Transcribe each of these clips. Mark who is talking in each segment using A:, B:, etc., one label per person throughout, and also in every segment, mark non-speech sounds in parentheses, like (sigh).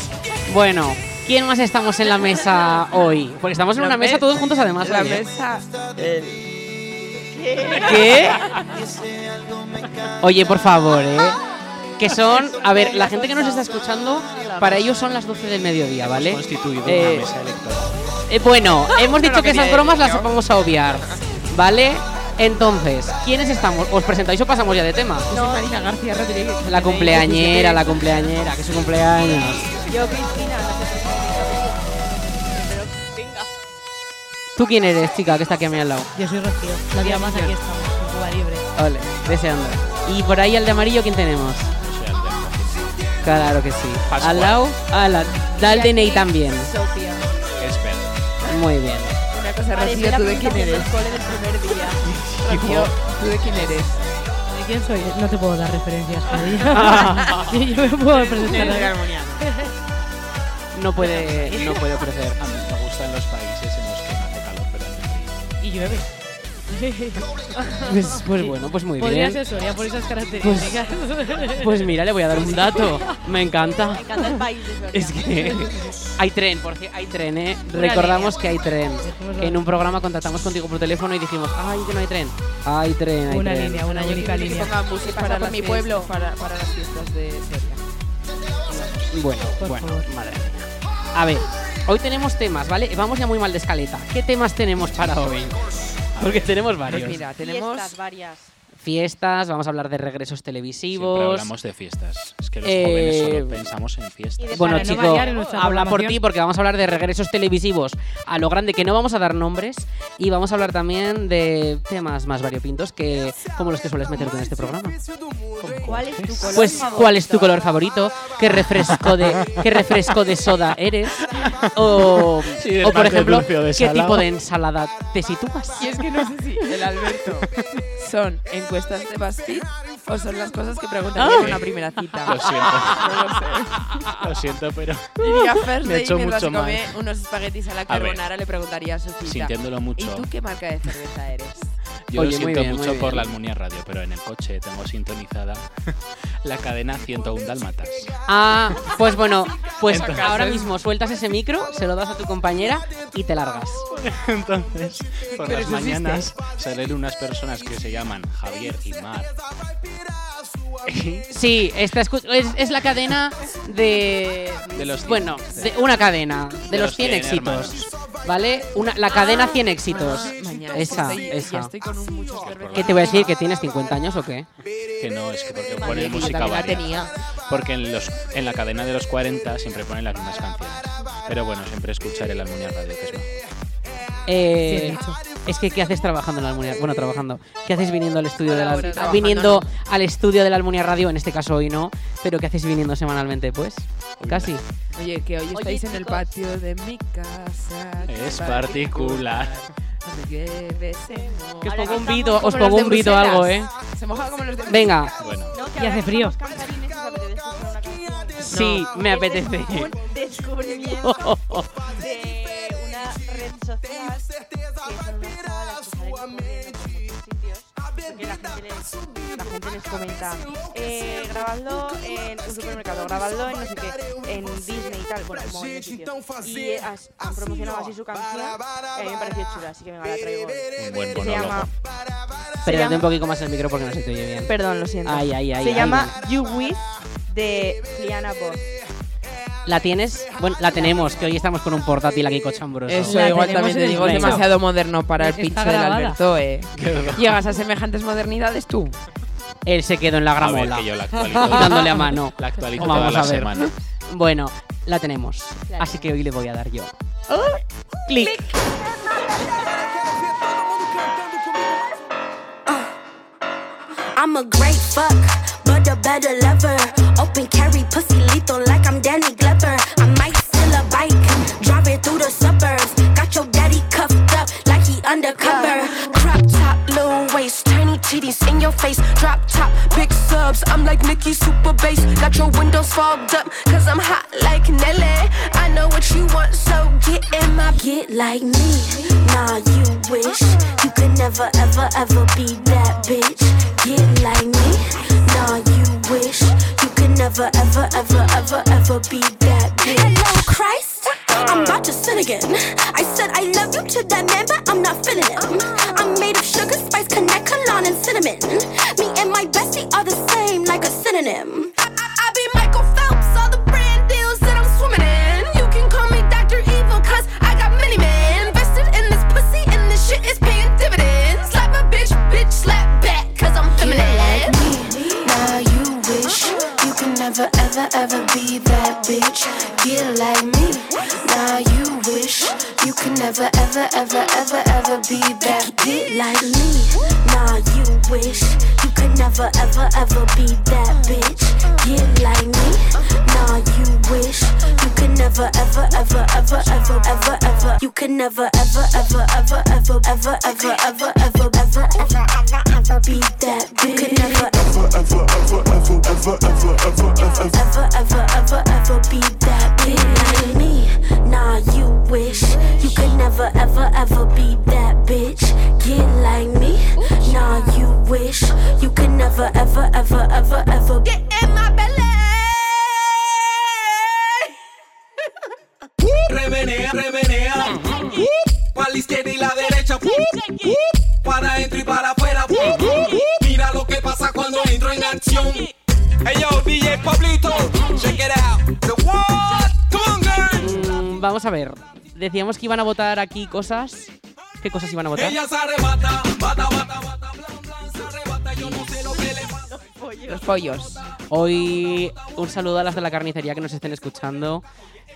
A: Bueno, ¿quién más estamos en la mesa hoy? Porque estamos en
B: La
A: una mesa
B: mesa.
A: todos juntos además.
B: La
A: hoy, ¿eh?
B: mesa. el-
A: ¿Qué? Oye, por favor, ¿eh? Que son, a ver, la gente que nos está escuchando, para ellos son las 12 del mediodía, ¿vale?
C: Constituido
A: Eh,
C: una mesa electoral.
A: (laughs) Eh, bueno, hemos dicho que
B: quería
A: esas bromas
B: decir
A: las
B: yo.
A: vamos a obviar, ¿vale? Entonces, ¿quiénes estamos? ¿Os presentáis o pasamos ya de tema?
B: No, Marina García Rodríguez.
A: La cumpleañera, la cumpleañera, que es su cumpleaños.
D: Yo, Cristina,
A: ¿Tú quién eres, chica, que está aquí a mi lado?
E: Yo soy Rocío. La día más aquí estamos, en Cuba Libre.
A: Ole, deseando. Y por ahí al de amarillo, ¿quién tenemos?
C: Soy Alberto.
A: Claro que sí.
C: Pascual.
A: Al lado, al dal de Ney también.
D: Sofía.
C: Es verdad.
A: Muy bien.
B: Una cosa, Rocío, ¿tú de quién eres?
D: cole del primer
B: (laughs)
D: día.
B: Rocío, ¿tú de quién eres?
E: ¿De quién soy? No te puedo dar
B: (laughs)
E: referencias, Javi. (laughs) Yo me puedo presentar.
A: No puede, no puede ofrecer.
C: A mí me gustan los países en los que no hace calor, pero hace frío.
E: Y llueve.
A: (laughs) Pues, pues bueno, pues muy
E: Podría
A: bien.
E: ser Soria por esas características.
A: Pues mira, le voy a dar un dato. Me encanta. (laughs) Me encanta el país. Es que hay tren, porque hay tren, ¿eh? Recordamos que hay tren. Que en un programa contactamos contigo por teléfono y dijimos, ay, que no hay tren. Hay tren, hay
E: Una
A: tren.
E: línea, una única línea.
B: música
D: para las fiestas-
B: Para, las fiestas de Soria.
A: Bueno,
E: Por
A: bueno,
E: favor.
A: madre mía. A ver, hoy tenemos temas, ¿vale? Vamos ya muy mal de escaleta. ¿Qué temas tenemos para hoy? Porque tenemos varios.
B: Pues mira, tenemos
D: varias.
A: Fiestas, vamos a hablar de regresos
C: Siempre
A: televisivos.
C: hablamos de fiestas. Es que los
A: Eh,
C: jóvenes solo pensamos en fiestas.
A: Bueno,
E: Para no
A: chico,
E: variar en nuestra
A: habla por
E: programación.
A: ti porque vamos a hablar de regresos televisivos a lo grande que no vamos a dar nombres y vamos a hablar también de temas más variopintos que como los que sueles meterte en este programa.
D: ¿Cuál es tu color
A: Pues cuál es tu color favorito, qué refresco de qué refresco de soda eres o,
C: Sí, de
A: o, por
C: parte
A: ejemplo
C: dulce o de
A: qué
C: salado.
A: tipo de ensalada te sitúas.
B: Y es que no sé si el Alberto son encuestas de BuzzFeed o son las cosas que preguntaría en una primera cita.
C: Lo siento,
B: No lo sé.
E: Ah.
C: lo siento, pero
B: Diría
C: (laughs)
B: First
C: Me he
B: Day
C: hecho
B: mientras
C: mucho
B: come unos espaguetis a la
C: ver.
B: carbonara le preguntaría a su cita.
C: sintiéndolo
B: ¿Y
C: mucho.
B: tú qué marca de cerveza eres?
C: Yo
A: Oye,
C: lo
A: muy
C: siento
A: bien, muy
C: mucho por
A: bien.
C: la Almunia Radio, pero en el coche tengo sintonizada (laughs) la cadena 101 Dalmatas.
A: Ah, pues bueno, pues
C: Entonces-
A: ahora mismo sueltas ese micro, se lo das a tu compañera y te largas.
C: Entonces, por
B: Pero
C: las
B: eso
C: mañanas salen unas personas que se llaman Javier y Mar. (laughs)
A: Sí, esta escu- es, es la cadena de.
C: De los cien.
A: Bueno, de una cadena, de, los 100
C: cien
A: éxitos.
C: hermanos.
A: ¿Vale? Una, la cadena 100 éxitos.
B: Mañana.
A: Esa,
B: Estoy- Ya
A: esa.
B: estoy con un mucho cerveza.
A: ¿Qué te voy a decir? ¿Que tienes 50 años o qué?
C: Que no, es que porque
B: Madre,
C: ponen
B: que
C: música
B: también la
C: variada.
B: tenía.
C: Porque en, los, en la cadena de los 40 siempre ponen las mismas canciones. Pero bueno, siempre escucharé la Almunia Radio, que es mejor.
A: Eh, es que ¿qué haces trabajando en la Almunia? Bueno, trabajando. ¿Qué haces viniendo al estudio de la
B: Ahora, ahora,
A: viniendo
B: trabajando,
A: al estudio de la Almunia Radio? En este caso hoy no, pero ¿qué haces viniendo semanalmente? Pues
C: Uy,
A: casi.
B: Oye, que hoy estáis en el patio de mi casa. que
C: Es particular.
B: Donde llueve, se moja.
A: Que os
D: Ahora
A: pongo un
D: que
A: beat, o-
D: estamos
A: os
B: como los
A: pongo
B: de
A: un beat o
B: Bruselas.
A: algo, ¿eh?
B: Se moja como los de
A: Venga,
C: Bueno,
E: Y hace frío.
A: sí, me apetece.
F: descubrimiento de una red social que son unas chavalas que salen corriendo por muchos sitios que la gente les, la gente les comenta eh, grabadlo en un supermercado, grabadlo en no sé qué, en Disney y tal, bueno, como en sitio. Y eh, as- han promocionado así su canción que a mí me pareció chula, así que venga, la traigo. hoy.
C: un buen
F: Se llama,
C: monólogo.
A: Espérate un poquito más el micro porque no se te oye bien.
F: perdón, lo siento,
A: Ay, ay, ay.
F: se
A: ay.
F: llama You Wish de Liana Boss.
A: ¿La tienes? Bueno, la tenemos, que hoy estamos con un portátil aquí cochambroso.
B: Eso
E: La
B: igual
E: tenemos
B: también te
E: en
B: digo, es
A: directo.
B: demasiado moderno para el
E: Está
B: pinche del
E: grabada.
B: Alberto, eh.
C: Qué
B: (laughs)
C: horror.
B: Llegas a semejantes modernidades tú.
A: Él se quedó en la
C: A ver,
A: gramola.
C: que
A: (laughs)
C: yo la actualizo.
A: Dándole a mano.
C: La actualizo
A: Vamos
C: toda la
A: a ver.
C: semana.
A: Bueno, la tenemos. Así que hoy le voy a dar yo. ¡Clic!
G: I'm a great fuck, but a better lover. Open carry, pussy lethal like I'm Danny Glover. I might steal a bike, drive it through the suburbs. Got your daddy cuffed up like he undercover. Crop top, little waist, tiny titties in your face. Drop top, big
H: Got your windows fogged up, cause I'm hot like Nelly. I know what you want, so get in my
G: Get like me, nah, you wish you could never, ever, ever be that bitch. Get like me, nah, you wish you could never, ever, ever, ever, ever be that bitch.
H: Hello, Christ. I'm about to sin again. I said I love you to that man, but I'm not feeling him. I'm made of sugar, spice, connect, colon, and cinnamon. Me and my bestie are the same, like a synonym. I, I, I be Michael Phelps, all the brand deals that I'm swimming in. You can call me Dr. Evil, cause I got many men. Invested in this pussy, and this shit is paying dividends. Slap a bitch, bitch, slap back, cause I'm feminine.
G: Now you wish you could never, ever, ever be that bitch. Get like me. Now you wish you could never, ever, ever, ever, ever be that Get like me. Now you wish you could never, ever, ever be that bitch. Get like me. Now you wish you could never, ever, ever, ever, ever, ever, ever. You could never, ever, ever, ever, ever, ever, ever, ever, ever, ever, ever, ever, ever be that bitch. You could never, ever, ever, ever, ever, ever, ever, ever, ever, ever, ever, ever, ever be that bitch like me. Nah, you wish you could never, ever, ever be that bitch. Get like me. Nah, you wish you could never, ever, ever, ever, ever get in my belly.
I: Remenea, remenea. Para la izquierda y la derecha. Para adentro y para afuera. Mira lo que pasa cuando entro en acción. Hey yo, DJ Pablito. Check it out. The what? Come on, girl.
A: Mm, Vamos a ver. Decíamos que iban a votar aquí cosas. ¿Qué cosas iban a votar?
I: Ella se arrebata, bata, bata, bata, blan, blan, se arrebata. Yo no sé lo que le pasa.
A: Los pollos. Hoy un saludo a las de la carnicería que nos estén escuchando.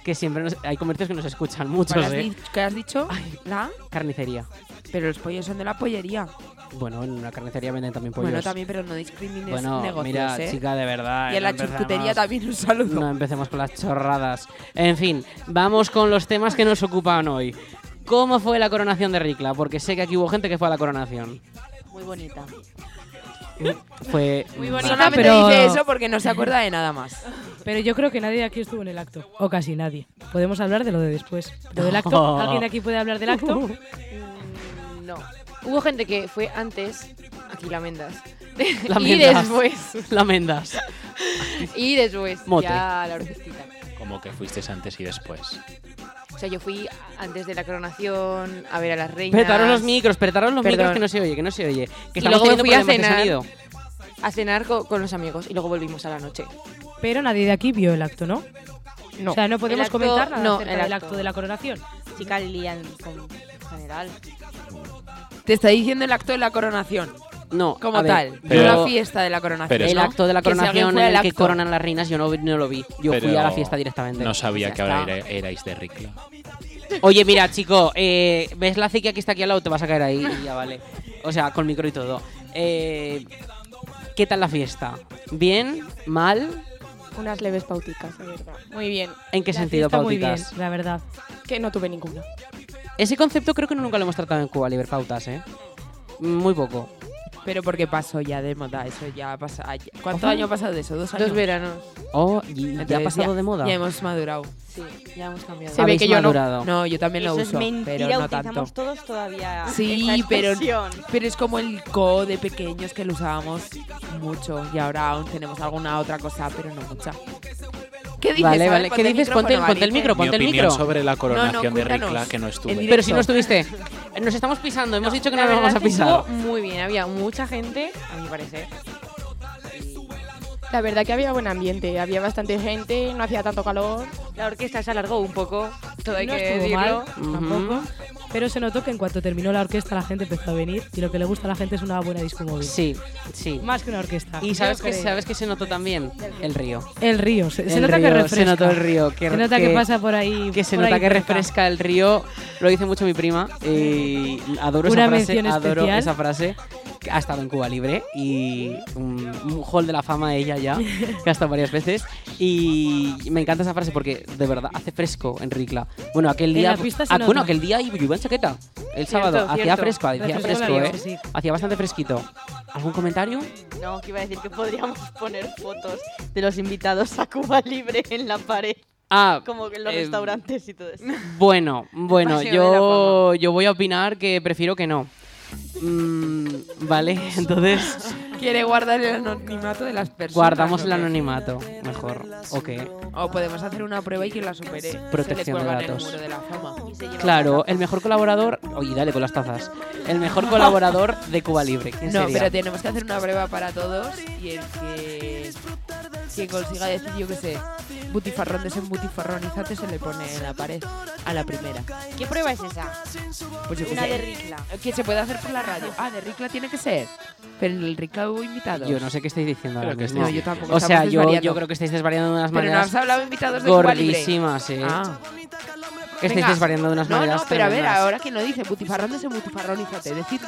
A: Que siempre nos- hay comercios que nos escuchan muchos,
B: ¿Cuál has
A: ¿eh?
B: di- ¿Qué has dicho? La.
A: Carnicería.
B: Pero los pollos son de la pollería.
A: Bueno, en una carnicería venden también pollos.
B: Bueno, también, pero no discrimines
A: Bueno,
B: negocios,
A: mira,
B: ¿eh?
A: chica, de verdad.
B: Y en
A: no
B: la churcutería
A: empecemos.
B: también un saludo.
A: No empecemos con las chorradas. En fin, vamos con los temas que nos ocupan hoy. ¿Cómo fue la coronación de Ricla? Porque sé que aquí hubo gente que fue a la coronación.
F: Muy bonita.
A: Fue
B: Muy
A: mal.
B: bonita, Solamente pero- dice eso porque no se acuerda de nada más.
E: Pero yo creo que nadie de aquí estuvo en el acto. O casi nadie. Podemos hablar de lo de después. Lo del (laughs) acto. ¿Alguien de aquí puede hablar del
B: Uh,
E: acto?
J: Mm, No. Hubo gente que fue antes, aquí lamentas. (laughs) y
A: Lamendas. (laughs)
J: después.
A: Lamendas.
J: Y después,
C: Mote.
J: ya la orquestita.
C: Como que fuisteis antes y después.
J: O sea, yo fui antes de la coronación a ver a las reinas.
A: Petaros los micros, petaros los micros
J: Perdón.
A: que no se oye, que no se oye.
J: Y
A: Que estamos
J: luego me
A: teniendo
J: fui a
A: problemas de
J: cenar.
A: sonido.
J: A cenar co- con, los amigos y luego volvimos a la noche.
E: Pero nadie de aquí vio el acto, ¿no?
J: No.
E: O sea, no podemos
J: El acto-
E: comentar nada
J: no,
E: acerca
J: el
E: del
J: acto.
E: acto de la coronación.
F: Chica Lilian con general.
B: Te está diciendo el acto de la coronación.
A: No,
B: Como
A: a ver,
B: tal.
A: pero-
B: la fiesta de la coronación.
C: Pero
A: el
C: eso-
A: acto de la
B: Que si alguien
A: coronación
B: fue
A: en
B: al
A: el que
B: acto.
A: coronan las reinas, yo no, no lo vi. Yo fui
C: Pero
A: a la fiesta directamente.
C: No sabía
A: Ya
C: que ahora
A: está.
C: era- erais de Ricla.
A: Oye, mira, chico, eh, ¿ves la acequia que está aquí al lado? Te vas a caer ahí y ya vale. O sea, con micro y todo. Eh, ¿Qué tal la fiesta? ¿Bien? ¿Mal?
D: Unas leves pauticas, la verdad. Muy bien.
A: ¿En qué
D: La
A: sentido,
D: fiesta muy
A: pauticas?
D: bien,
E: la verdad.
D: Que no tuve ninguna.
A: Ese concepto creo que nunca lo hemos tratado en Cuba, Liberpautas, ¿eh? Muy poco.
B: Pero porque pasó ya de moda, eso ya pasa. ay, ¿Cuánto
A: Ojo.
B: año ha pasado de eso? Dos años.
J: veranos.
A: Oh, y ya ha
B: Entonces,
A: pasado de moda.
B: Ya hemos madurado.
J: Sí, ya hemos cambiado.
B: Se ve
A: Habéis
B: que yo no-
A: madurado.
B: No, yo también lo
F: Eso
B: uso,
F: es mentira,
B: pero no tanto.
F: utilizamos todos todavía.
B: Sí,
F: esa
B: pero,
F: expresión.
B: pero es como el co de pequeños que lo usábamos mucho y ahora aún tenemos alguna otra cosa, pero no mucha. ¿Qué dices?
A: Vale,
B: A ver,
A: vale. ¿Qué dices? Ponte-
B: micrófono,
A: ponte el
B: Alice.
A: micro,
C: Mi
A: ponte el
C: opinión
A: micro.
C: sobre la coronación de
B: cuéntanos.
C: Ricla, que no
B: En
C: estuve.
A: Pero si no estuviste. Nos estamos pisando. Hemos dicho que no nos vamos a pisar.
J: Muy bien, había mucha gente, a mi parecer.
D: La verdad que había buen ambiente, había bastante gente, no hacía tanto calor.
J: La orquesta se alargó un poco, todo hay
E: no
J: que
E: estuvo
J: decirlo.
E: mal, tampoco. Pero se notó que en cuanto terminó la orquesta, la gente empezó a venir y lo que le gusta a la gente es una buena disco móvil.
A: Sí, sí.
E: Más que una orquesta.
A: ¿Y sabes
E: Yo
A: que,
E: creo.
A: sabes que se notó también? El río.
E: El río. Se, se
A: El
E: nota que
A: río, se
E: refresca.
A: notó el río, que-
E: se nota que,
A: que-
E: pasa por ahí.
A: Que se
E: por
A: nota
E: ahí
A: que
E: cerca.
A: refresca el río. Lo dice mucho mi prima. Y adoro
E: Una
A: esa frase.
E: mención
A: Adoro
E: especial.
A: esa frase. que Ha estado en Cuba Libre y un, un hall de la fama ella ya, que ha estado varias veces. Y me encanta esa frase porque de verdad hace fresco en Ricla. Bueno, aquel
E: En
A: día.
E: la pista se
A: ah, bueno,
E: nota.
A: aquel día yo iba en chaqueta. El sábado. Hacía
J: cierto.
A: fresco, hacía
E: Refrescó la
A: fresco, ¿eh?
E: noche, sí.
A: Hacía bastante fresquito. ¿Algún comentario?
F: No, que iba a decir que podríamos poner fotos de los invitados a Cuba Libre en la pared.
A: Ah,
F: Como en los
A: eh,
F: restaurantes y todo eso.
A: Bueno, bueno,
F: Paseo de la
A: yo, yo voy a opinar que prefiero que no. Mm, vale, (laughs) entonces
B: Quiere guardar el anonimato de las personas.
A: guardamos
B: ¿o
A: el
B: qué?
A: anonimato, mejor. Ok.
B: O podemos hacer una prueba y quien la supere. se le
A: Protección de
B: cuelga en el
A: datos.
B: muro de la fama.
A: Claro, el mejor colaborador. Oye, dale con las tazas. El mejor colaborador de Cuba Libre. ¿Quién
B: No,
A: sería?
B: pero tenemos que hacer una prueba para todos y el que, que consiga decir, yo qué sé, butifarrón, desembutifarronizate, se le pone en la pared a la primera.
J: ¿Qué prueba es esa?
B: Pues yo qué
J: Una
B: sé.
J: de Ricla.
B: Que se puede hacer por la radio. Ah, de Ricla tiene que ser. Pero el Ricla hubo invitados.
A: Yo no sé qué estáis diciendo
B: Creo
A: ahora
B: que
A: mismo.
B: no, yo tampoco,
A: O sea,
B: estamos
A: yo,
B: desvariando.
A: yo creo que estáis desvariando de unas
B: Pero no
A: maneras.
B: has hablado de invitados de Cuba Libre.
A: gordísimas, eh.
B: Ah.
A: Que estáis
B: Venga.
A: desvariando de unas
B: No,
A: maneras.
B: no, pero a ver,
A: tremendas.
B: ahora que no dice butifarrón, desembutifarronizate, decidlo.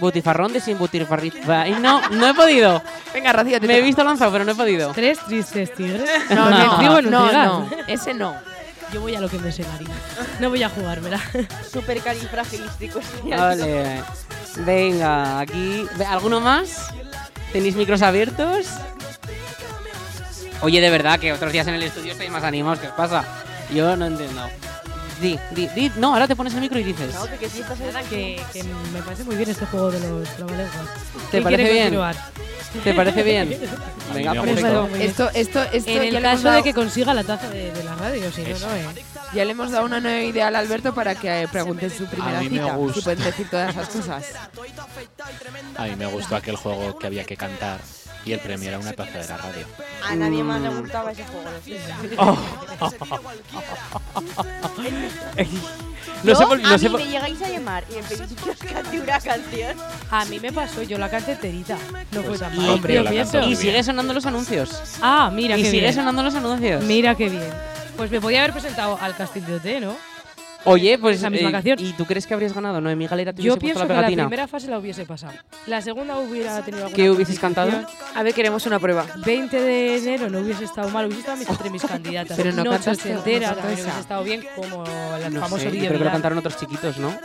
A: Butifarrón de sin butifarrón. No, no he podido.
B: Venga, Rocío, te
A: Me he
B: toca.
A: visto lanzado, pero no he podido.
E: Tres tristes tigres.
B: No,
E: Me
B: no,
E: escribo en un
B: no,
E: trigal.
B: no, ese no.
E: Yo voy a lo que me sé, Marina. No voy a jugármela.
F: Súper califragilístico.
A: Ah, Vale. Venga, aquí. Ve- ¿Alguno más? ¿Tenéis micros abiertos? Oye, de verdad, que otros días en el estudio estáis más animados. ¿Qué os pasa? Yo no entiendo. Di, di, di. No, ahora te pones el micro y dices.
F: No, que, que sí estás en
E: que, que me parece muy bien este juego de los trabalenguas.
A: ¿Te
E: ¿Quién
A: parece
E: quiere
A: bien?
E: continuar? Pues
A: ¿Te parece
E: (laughs)
A: bien? Venga, perfecto.
E: Me parece muy bien.
B: Esto- esto- esto
E: En
B: ya
E: el
B: le hemos
E: caso de
B: dado-
E: que consiga la taza de, de la radio, si no, no, eh.
B: Ya le hemos dado una nueva idea al Alberto para que eh, pregunte en su primera
C: A mí me
B: cita.
C: gusta.
B: Si pueden decir todas esas cosas.
C: A mí me gustó aquel juego que había que cantar y el premio era una taza de la radio.
F: A nadie más
E: Mm.
F: le gustaba ese juego. lo
E: (laughs)
F: siento.
A: (laughs) No sé
F: Yo,
A: por- no
F: a
A: sé
F: mí
A: por-
F: me llegáis a llamar y me pedís que os cante una canción.
E: A mí me pasó, yo la cateterita. No fue tan
A: Y,
E: mal. Yo
A: y
E: pienso-
A: sigue sonando los anuncios.
E: Ah, mira
A: Y
E: qué
A: sigue
E: bien.
A: sonando los anuncios.
E: Mira qué bien. Pues me podía haber presentado al casting de OT, ¿no?
A: Oye, pues.
E: Esa misma
A: eh,
E: canción.
A: ¿Y tú crees que habrías ganado? No, mi galera te
E: Yo
A: hubiese puesto
E: pienso
A: la
E: que la
A: pegatina.
E: primera fase la hubiese pasado. La segunda hubiera tenido alguna
A: ¿Qué hubieses
E: complicación.
A: cantado?
J: A ver, queremos una prueba.
E: 20 de enero no hubiese estado mal, hubiese estado
A: (laughs)
E: entre mis candidatas.
B: Pero no
E: Noche
B: cantaste- no
E: entera
B: cantaste
E: también hubiese
B: esa.
E: estado bien, como el
A: No
E: famoso
A: sé,
E: vídeo
A: creo que lo
E: viral.
A: cantaron otros chiquitos, ¿no?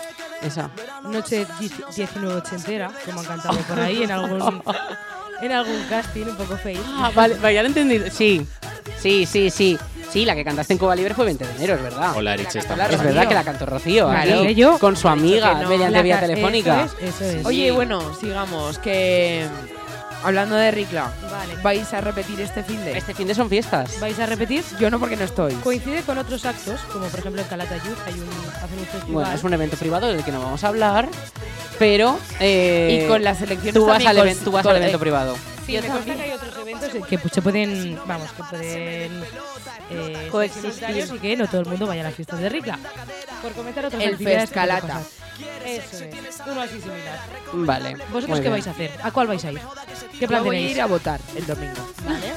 A: Esa.
E: Noche 10 19 ochentera, que me han cantado por ahí
A: (laughs)
E: en algún, en algún casting un poco fake.
A: Ah, vale, vale, ya lo he entendido. Sí. Sí, sí, sí. Sí, la que cantaste en Cuba Libre fue 20 de enero, es verdad.
C: Hola, Erich, está
A: Es verdad que la cantó Rocío.
B: Claro.
A: aquí,
B: ¿Dije yo?
A: Con su amiga,
B: no.
A: mediante
B: La
A: vía
B: ca-
A: telefónica.
E: eso es, eso es.
B: Oye, bueno, sigamos. Que mm, hablando de Ricla, vais a repetir este fin de.
A: Este fin de son fiestas.
E: ¿Vais a repetir?
B: Yo no porque no estoy.
E: Coincide con otros actos, como por ejemplo en Calatayud hay un, hacen un festival.
A: Bueno, es un evento privado del que no vamos a hablar, pero... eh,
B: Y con las elecciones
A: Tú vas
B: también
A: al,
B: con-
A: even- tú vas
B: con-
A: al evento
B: eh,
A: privado.
E: Sí, me consta que hay otros eventos en que pues, se pueden, vamos, que pueden eh,
F: Coexistir.
E: ser simultáneos y que no todo el mundo vaya a las fiestas de Ricla. Por comentar otras
B: El
E: actividades que pueden
B: Festcalata.
E: pasar. Eso es, uno así similar.
A: Vale. muy
E: ¿Vosotros qué
A: bien.
E: vais a hacer? ¿A cuál vais a ir? ¿Qué plan
B: Yo voy a
E: tenéis?
B: ir a votar el domingo.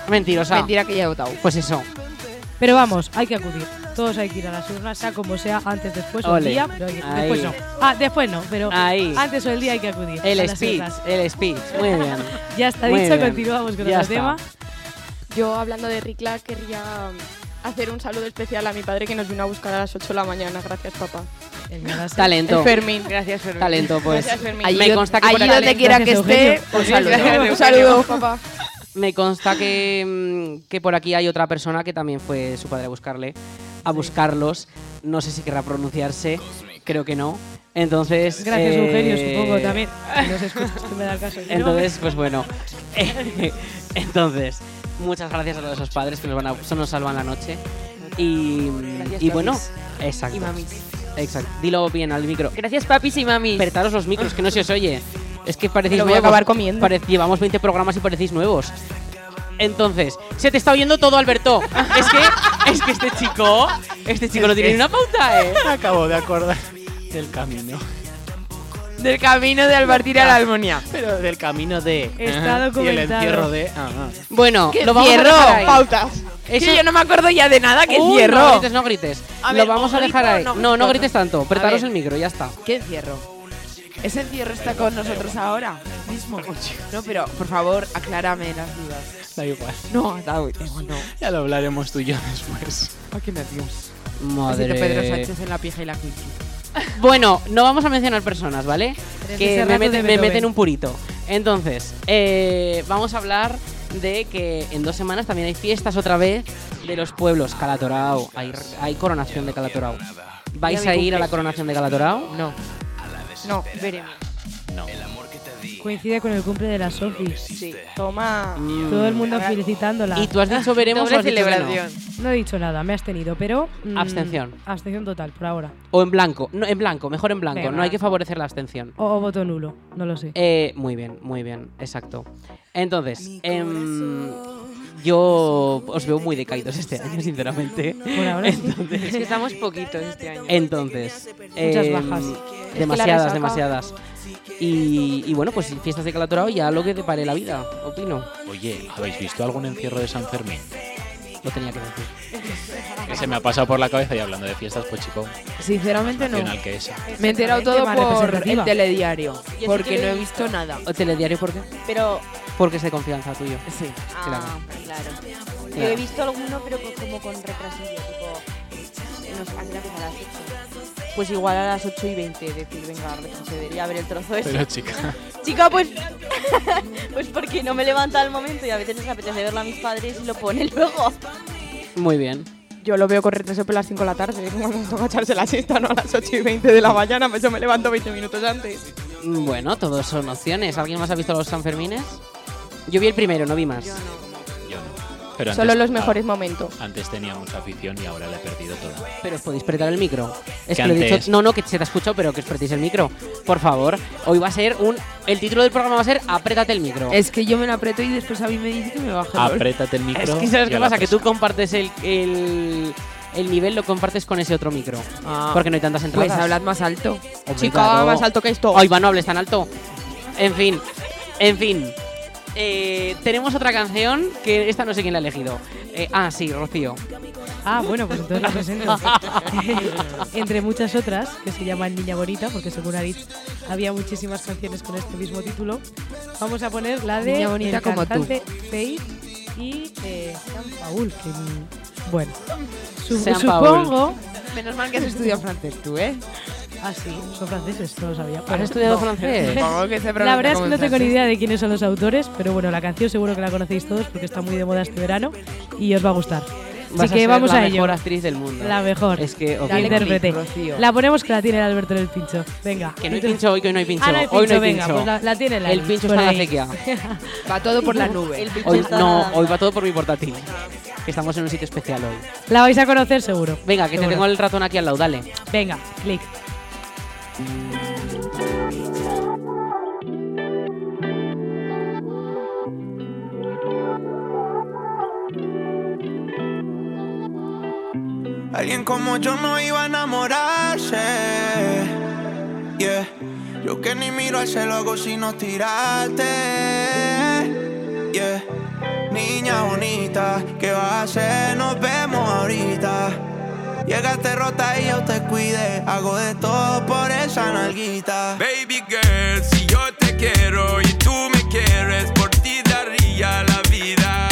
A: Mentirosa.
B: Mentira que ya he votado.
A: Pues eso.
E: Pero vamos, hay que acudir. Todos hay que ir a las urnas, sea como sea, antes, después o el
A: Ole.
E: día. pero hay que-
A: Ahí.
E: después no. Ah, después no, pero
A: Ahí.
E: antes o el día hay que acudir. a
A: El
E: las
A: speech.
E: urnas.
A: El speech. Muy bien.
E: Ya está
A: Muy
E: dicho,
A: bien.
E: continuamos con
A: Ya
E: otro
A: está.
E: tema.
D: Yo, hablando de Ricla, querría um, hacer un saludo especial a mi padre que nos vino a buscar a las 8 de la mañana. Gracias, papá.
E: El día de las-
A: Talento.
D: El Fermín.
J: Gracias, Fermín.
A: Talento, pues.
D: Gracias, Fermín.
A: me consta que pues por
B: allí
A: aquí-
B: donde quiera que
E: Gracias,
B: esté,
E: Eugenio.
B: un saludo.
D: Un saludo, papá.
A: Me consta que, mm, que por aquí hay otra persona que también fue su padre a buscarle, a buscarlos. No sé si querrá pronunciarse, creo que no. Entonces.
E: Gracias,
A: eh,
E: Eugenio, supongo también. Si No se escucha, que me da el
B: (laughs)
E: caso.
A: Entonces, pues bueno. (laughs) entonces, muchas gracias a todos esos padres que nos, van a, son- nos salvan la noche. Y,
J: Gracias,
A: y bueno,
J: papis.
A: exacto.
J: Y mamis.
A: Exacto. Dilo bien al micro.
J: Gracias, papis y mamis.
A: Apertaros los micros, que no se os oye. Es que parecéis
D: Lo voy a
A: nuevos.
D: acabar comiendo.
A: Parec- llevamos 20 programas y parecéis nuevos. Entonces, se te está oyendo todo, Alberto. es que es que este chico, este chico no tiene ni una pauta,
C: (laughs)
A: eh.
C: Acabo de acordar del camino.
B: Del camino de Albertir a la Almonía.
C: Pero del camino de.
E: Está
C: Ajá. Y el
E: documentado.
C: encierro de. ajá.
A: Bueno,
B: ¡Que
A: lo vamos
B: cierro!
A: a dejar ahí.
D: Pautas.
B: Es
A: Eso-
B: que yo no me acuerdo ya de nada que
A: Uy,
B: cierro.
A: No este grites, no grites.
B: A
A: lo
B: ver,
A: vamos
B: o
A: a dejar
B: grito o
A: ahí.
B: no
A: No,
B: grito,
A: no grites tanto. Apretaros
B: ver.
A: el micro, ya está.
B: ¿Qué encierro? ¿Ese encierro está con nosotros ahora mismo? No, pero por favor, aclárame las dudas.
C: Da igual.
B: No, da igual, no.
C: Ya lo hablaremos tú y yo después.
B: Ay, qué nervios.
A: Madre.
B: Siento Pedro Sánchez en la pija y la cuchi.
A: Bueno, no vamos a mencionar personas, ¿vale?
E: Pero es
A: que
E: ese
A: me
E: rato de
A: meten, me
E: Beethoven.
A: meten un purito. Entonces, eh, vamos a hablar de que en dos semanas también hay fiestas otra vez de los pueblos. Calatorao, hay, hay coronación de Calatorao. ¿Vais
J: Ya
A: a
J: me
A: ir a la
J: cumple.
A: coronación de Calatorao?
B: No.
D: No, veremos.
E: Coincide con el cumple de la Sophie.
D: Sí. Toma.
E: Todo el mundo felicitándola.
A: ¿Y tú has dicho veremos
D: Doble
A: o has dicho que no?
E: no? he dicho nada, me has tenido, pero. mm,
A: Abstención.
E: Abstención total, por ahora.
A: O en blanco. No, en blanco, mejor en blanco.
E: Venga.
A: No hay que favorecer la abstención.
E: O, o voto nulo, no lo sé.
A: Eh, muy bien, muy bien, exacto. Entonces, em, yo os veo muy decaídos este año, sinceramente.
J: (laughs) Por ahora sí.
A: Entonces,
J: Es que estamos poquitos este año.
A: Entonces,
J: Muchas
A: em,
J: bajas.
A: Demasiadas,
J: Es que la resaca-
A: demasiadas. Y, y bueno, pues fiestas de Calatorao ya lo que te pare la vida, opino.
C: Oye, ¿habéis visto algún encierro de San Fermín?
A: Lo tenía que decir.
C: Que se me ha pasado por la cabeza y hablando de fiestas, pues chico.
B: Sinceramente
C: más
B: no.
C: nacional que esa.
B: Me he enterado todo
E: Tema
B: por
E: representativa.
B: el telediario.
E: Y es que
B: Porque
E: yo-
B: no he visto nada.
A: ¿O telediario por qué?
F: Pero.
A: Porque es de confianza tuyo.
B: Sí.
A: Claro.
F: Ah, claro. Yo
A: Claro.
F: he visto alguno, pero co- como con retrasillo, tipo. Nos han grabado a las 8. Pues igual a las 8 y 20, decir, venga, retrocedería a ver el trozo ese.
C: Pero, chica.
F: (laughs) Chica, pues. pues porque no me levanta al momento y a veces les apetece verlo a mis padres y lo ponen (laughs) luego.
A: Muy bien.
D: Yo lo veo con retraso por las 5 de la tarde. Cuando me toca echarse la siesta, no a las 8 y 20 de la mañana, pues yo me levanto 20 minutos antes.
A: Bueno, todos son opciones. ¿Alguien más ha visto los Sanfermines? Yo vi el primero, no vi más.
C: Yo no. Pero antes-
D: Solo los
C: ah,
D: mejores momentos.
C: Antes tenía mucha afición y ahora la he perdido toda.
A: Pero os podéis apretar el micro. Es
C: Que
A: que lo he
C: antes-
A: dicho- no, no, que se te ha escuchado, pero que os apretéis el micro. Por favor. Hoy va a ser un. El título del programa va a ser Apriétate el micro.
B: Es que yo me lo aprieto y después a mí me dice que me baje. el volumen.
C: Apriétate el micro.
A: Es que sabes
C: y
A: qué
C: a la
A: pasa, que
C: presa.
A: tú compartes el, el, el nivel, lo compartes con ese otro micro.
B: Ah.
A: Porque no hay tantas entradas.
B: Pues hablad más alto.
A: Hombre,
B: Chica,
A: claro.
B: más alto que esto.
A: Ay, va, no hables tan alto. En fin, en fin. Eh, tenemos otra canción que esta no sé quién la ha elegido. Eh, ah, sí, Rocío.
E: Ah,
A: (laughs)
E: bueno, pues entonces (laughs) la presento. Entre muchas otras, que se llaman Niña Bonita, porque según Aritz había muchísimas canciones con este mismo título. Vamos a poner la de
B: Niña bonita
E: el
B: como tú.
E: cantante Faith y eh, Jean Paul, que mm, bueno. Su-
B: Jean Paul.
E: supongo.
B: Menos mal que has estudiado francés tú, ¿eh?
E: Ah, sí, son franceses, no lo sabía.
A: ¿Has estudiado francés?
B: Supongo que se
E: la
B: pronuncia
E: verdad es
B: como
E: que no
B: en
E: tengo ni
B: francés.
E: idea de quiénes son los autores, pero bueno, la canción seguro que la conocéis todos porque está muy de moda este verano y os va a gustar.
A: Vas
E: Así que
A: ser
E: vamos
A: la
E: a ello.
A: mejor actriz del mundo.
E: La mejor.
A: Es que, ok.
E: la intérprete. La ponemos que la tiene el Alberto en el pincho. Venga.
A: Que no hay pincho hoy, que hoy no hay pincho.
E: Ah, no hay
A: hoy no hay
E: venga,
A: pincho.
E: pues la, la tiene la
A: El
E: Alex
A: pincho
E: por
A: está en la
E: ahí.
A: acequia.
B: Va todo por la nube.
F: El pincho
A: Hoy
F: está-
A: no, hoy va todo por mi portátil. Que estamos en un sitio especial hoy.
E: La vais a conocer seguro.
A: Venga, que te
E: Seguro.
A: tengo el ratón aquí al lado, dale.
E: Venga, clic.
K: Alguien como yo no iba a enamorarse. Yeah. Yo que ni miro al cielo hago sino tirarte. Yeah. Niña bonita, ¿qué vas a hacer? Nos vemos ahorita. Llegaste rota y yo te cuide. Hago de todo por esa nalguita.
L: Baby girl, si yo te quiero y tú me quieres, por ti daría la vida.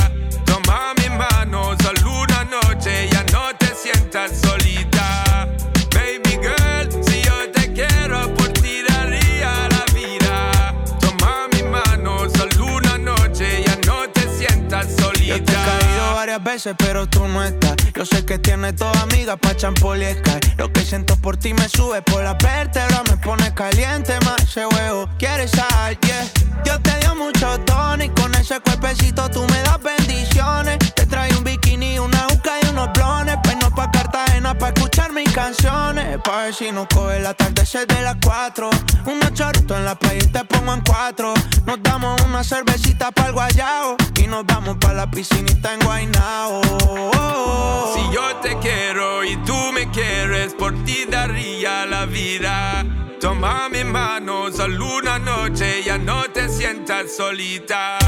L: Toma mi mano, solo una noche, ya no te sientas solita. Baby girl, si yo te quiero, por ti daría la vida. Toma mi mano, solo una noche, ya no te sientas solita.
K: Yo te he caído varias veces, pero tú no estás. Yo sé que tienes dos amigas pa' champoliescar. Lo que siento por ti me sube por la vértebra, me pone caliente más ese huevo. Quieres sal, yeah. Dios te dio mucho tono y con ese cuerpecito tú me das bendiciones. Te trae un bikini, una uca y unos blones. Pero pa' Cartagena pa' escuchar mis canciones. Pa' ver si nos coge el atardecer de las cuatro. Un chorrito en la playa y te pongo en cuatro. Nos damos una cervecita pa'l guayao. Y nos vamos pa' la piscinita en Guaynao.
L: Si yo te quiero y tú me quieres, por ti daría la vida. Toma mi mano, solo una noche, ya no te sientas solita.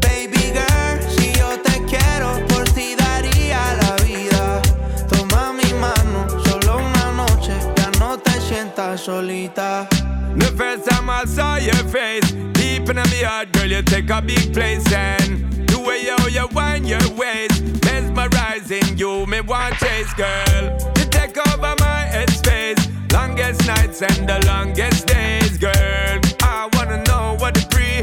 K: Baby girl, si yo te quiero, por ti daría la vida. Toma mi mano, solo una noche, ya no te sientas solita.
L: The first time I saw your face, deep in my heart, girl, you take a big place. And the way how you wind your waist, mesmerizing you, me want chase, girl. You take over my headspace, longest nights and the longest days, girl. I wanna know what the pre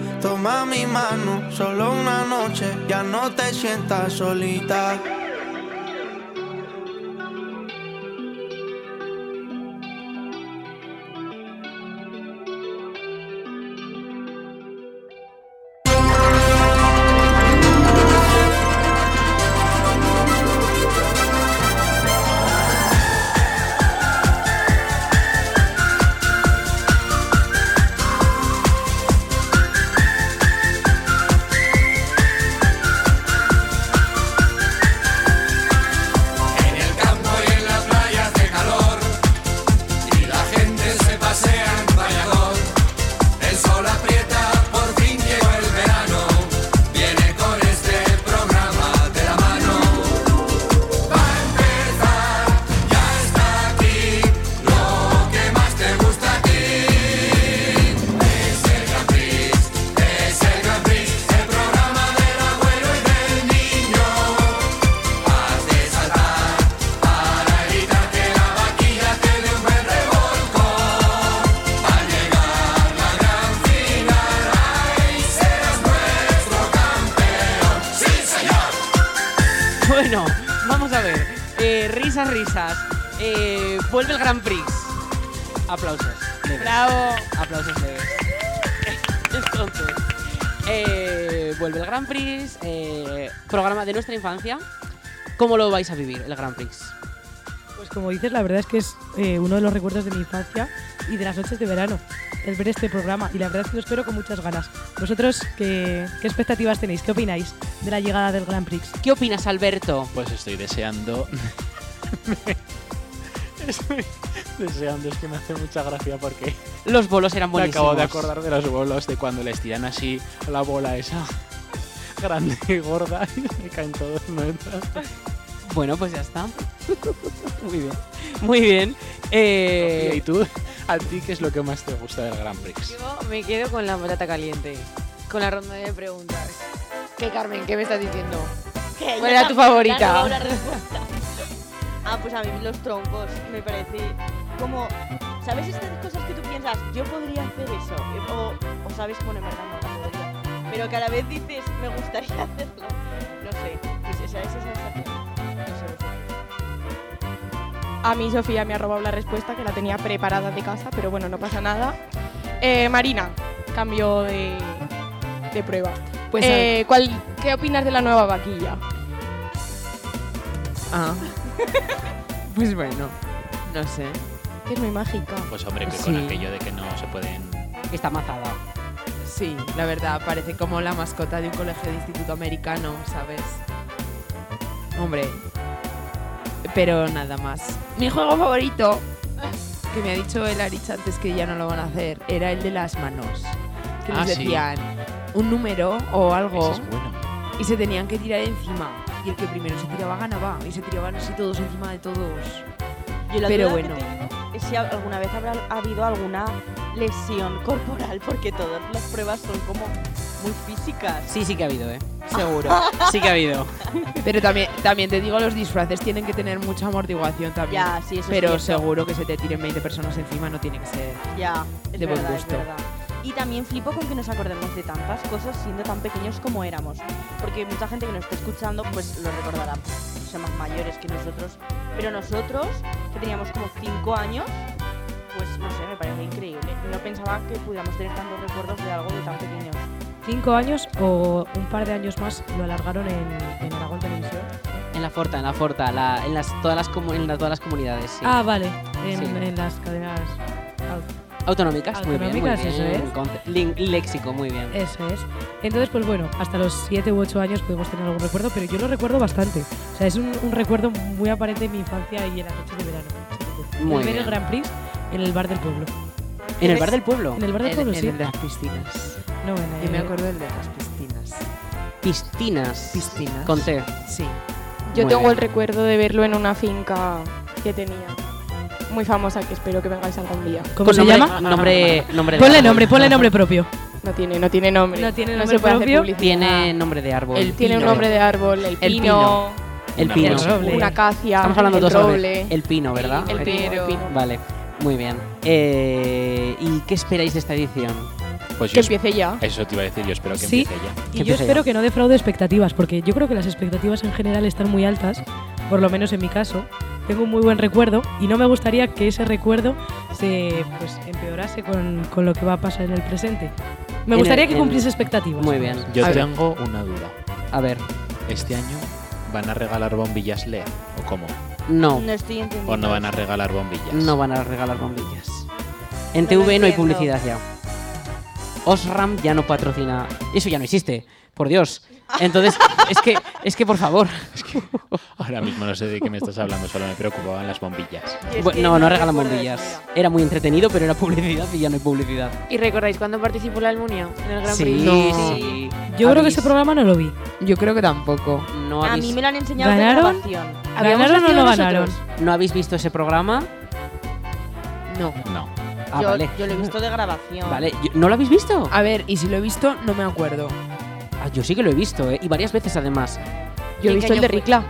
K: Toma mi mano, solo una noche, ya no te sientas solita.
I: En el campo y en las playas de calor Y la gente se pasea en Vallador El sol aprieta, por fin llegó el verano Viene con este programa de la mano Va a empezar, ya está aquí Lo que más te gusta a ti Es el Gran Prix, es el Gran Prix El programa del abuelo y del niño Hazte saltar para evitar que la vaquilla te dé un buen revolcón. Al llegar la gran final, ahí serás nuestro campeón. ¡Sí, señor!
A: (laughs) Bueno, vamos a ver. Eh, risas, risas. Eh, vuelve el Gran Prix. Aplausos. leves.
J: Bravo.
A: Aplausos leves. (laughs) Entonces, eh, vuelve el Gran Prix. eh, programa de nuestra infancia. ¿Cómo lo vais a vivir, el Gran Prix?
E: Pues como dices, la verdad es que es eh, uno de los recuerdos de mi infancia y de las noches de verano, el ver este programa. Y la verdad es que lo espero con muchas ganas. ¿Vosotros qué, qué expectativas tenéis? ¿Qué opináis de la llegada del Grand Prix?
A: ¿Qué opinas, Alberto?
C: Pues estoy deseando. (laughs) estoy deseando, es que me hace mucha gracia porque.
A: Los bolos eran
C: Me
A: buenísimos.
C: acabo de acordar de los bolos de cuando les tiran así a la bola esa (laughs) grande y gorda (laughs) y le caen todos nuestros.
A: Bueno, pues
C: (laughs)
A: ya está. Muy bien. Muy bien. Eh,
C: ¿Y tú? ¿A ti qué es lo que más te gusta del Grand Prix?
J: Yo me quedo con la patata caliente. Con la ronda de preguntas. ¿Qué, Carmen? ¿Qué me estás diciendo?
F: Que
J: ¿Cuál
F: ya
J: era tu
F: la- ya no
J: favorita?
F: habrá respuesta. (laughs) Ah, pues a mí los troncos me parece como... ¿Sabes estas cosas que tú piensas? Yo podría hacer eso. O, o sabes, bueno, en verdad no lo podría. Pero que a la vez dices, me gustaría (laughs) hacerlo. No sé, pues esa esa sensación. No sé,
D: A mí Sofía me ha robado la respuesta que la tenía preparada de casa, pero bueno, no pasa nada. Eh, Marina, cambio de, de prueba.
B: Pues,
D: Eh, ¿cuál- ¿Qué opinas de la nueva vaquilla?
J: (laughs)
A: Ah. pues bueno. No sé.
D: Que es muy mágica.
C: Pues hombre, que
B: Sí.
C: con aquello de que no se pueden.
A: Está mazada.
B: Sí, la verdad, parece como la mascota de un colegio de instituto americano, ¿sabes? Hombre. Pero nada más. Mi juego favorito, que me ha dicho el Arich antes que ya no lo van a hacer, era el de las manos. Que
C: Ah,
B: les
C: sí.
B: decían un número o algo.
C: Ese es bueno.
B: Y se tenían que tirar encima. Y el que primero se tiraba ganaba. Y se tiraban así todos encima de todos.
F: Yo la
B: Pero
F: duda que
B: bueno.
F: tengo es si a- alguna vez habrá habido alguna lesión corporal, porque todas las pruebas son como muy físicas.
A: Sí, sí que ha habido,
B: (laughs)
A: ¿eh?
B: Seguro.
A: Sí que ha habido.
B: Pero también, también te digo, los disfraces tienen que tener mucha amortiguación también.
F: Ya, sí, eso es
B: Pero
F: cierto.
B: seguro que se te tiren 20 personas encima no tiene que ser.
F: Ya, es
B: De buen
F: verdad, es
B: gusto.
F: verdad. Y también flipo con que nos acordemos de tantas cosas siendo tan pequeños como éramos. Porque mucha gente que nos está escuchando pues lo recordará, pues, son más mayores que nosotros. Pero nosotros, que teníamos como 5 años, pues no sé, me parece increíble. No pensaba que pudiéramos tener tantos recuerdos de algo de tan pequeños.
E: Cinco años o un par de años más lo alargaron en, en Aragón Televisión.
A: En la Forta, en la Forta, la- en, las, todas las comu- en la- todas las comunidades. sí.
E: Ah, vale. En,
A: Sí.
E: en las cadenas. au-
A: Autonómicas, muy bien. Muy bien.
E: Autonómicas, eso es. Eh,
A: Conce- lin- léxico, muy bien.
E: Eso es. Entonces, pues bueno, hasta los 7 u 8 años podemos tener algún recuerdo, pero yo lo recuerdo bastante. O sea, es un, un recuerdo muy aparente en mi infancia y en las noches de verano.
A: Muy
E: el ver el
A: bien.
E: Grand Prix en el bar del pueblo.
A: ¿En el bar del pueblo?
E: En el bar del
D: Eh,
A: En-
E: pueblo,
A: en
E: sí.
A: el de las
B: piscinas.
E: No, en
A: eh.
B: Yo me
E: el-
B: acuerdo del de las piscinas.
A: Piscinas.
B: Piscinas.
A: Con T.
B: Sí.
D: Yo
A: Muy
D: tengo
A: bien.
D: el recuerdo de verlo en una finca que tenía. Muy famosa, que espero que vengáis algún día.
E: ¿Cómo Con se nombre- llama?
A: nombre- nombre de
E: Ponle
A: árbol.
E: nombre, ponle nombre propio.
D: No tiene, no tiene nombre.
E: No tiene nombre
D: se puede hacer
E: propio.
D: publicidad. Ah.
A: Tiene nombre de árbol.
D: El Tiene un nombre de árbol, el
A: El
D: pino.
A: pino. El pino.
D: El roble. Una acacia,
A: Estamos hablando
D: el
A: de dos árboles.
D: roble.
A: El pino, ¿verdad?
D: El pino, el pino.
A: Vale, muy bien. Eh, ¿Y qué esperáis de esta edición?
C: Pues
D: Que
C: yo es-
D: empiece ya.
C: Eso te iba a decir, yo espero que
E: Sí,
C: empiece ya.
E: y yo espero que no defraude expectativas, porque yo creo que las expectativas en general están muy altas, por lo menos en mi caso. Tengo un muy buen recuerdo y no me gustaría que ese recuerdo se pues, empeorase con, con lo que va a pasar en el presente. Me
A: En
E: gustaría
A: el-
E: que
A: en-
E: cumpliese expectativas.
A: Muy bien.
C: Yo
A: A ver.
C: tengo una duda.
A: A ver.
C: ¿Este año van a regalar bombillas LED? ¿O cómo?
A: No.
F: No estoy entendiendo.
C: ¿O no van a regalar bombillas?
A: No van a regalar bombillas. En
F: No
A: TV
F: lo
A: no hay
F: entiendo.
A: publicidad ya. Osram ya no patrocina. Eso ya no existe. Por Dios.
C: (laughs)
A: Entonces, es que, es que por favor.
C: Ahora mismo no sé de qué me estás hablando, solo me preocupaban las bombillas.
A: Bu- no, no regalan bombillas. Era muy entretenido, pero era publicidad y ya no hay publicidad.
J: ¿Y recordáis cuándo participó la Almunia en el Gran
A: Sí,
J: Prix?
A: sí.
E: Yo creo que ese programa no lo vi.
B: Yo creo que tampoco.
A: No
F: A
A: habéis-
F: mí me lo han enseñado de
E: ¿Ganaron?
F: grabación.
E: ¿Habíamos ¿Ganaron o nacido no nosotros?
A: ¿No habéis visto ese programa?
B: No.
C: No.
A: Ah,
F: yo,
A: vale.
F: yo lo he visto de grabación.
A: Vale, yo- ¿no lo habéis visto?
B: A ver, y si lo he visto, no me acuerdo.
A: Ah, yo sí que lo he visto, ¿eh? Y varias veces además.
B: Yo he visto el de
J: Ricla.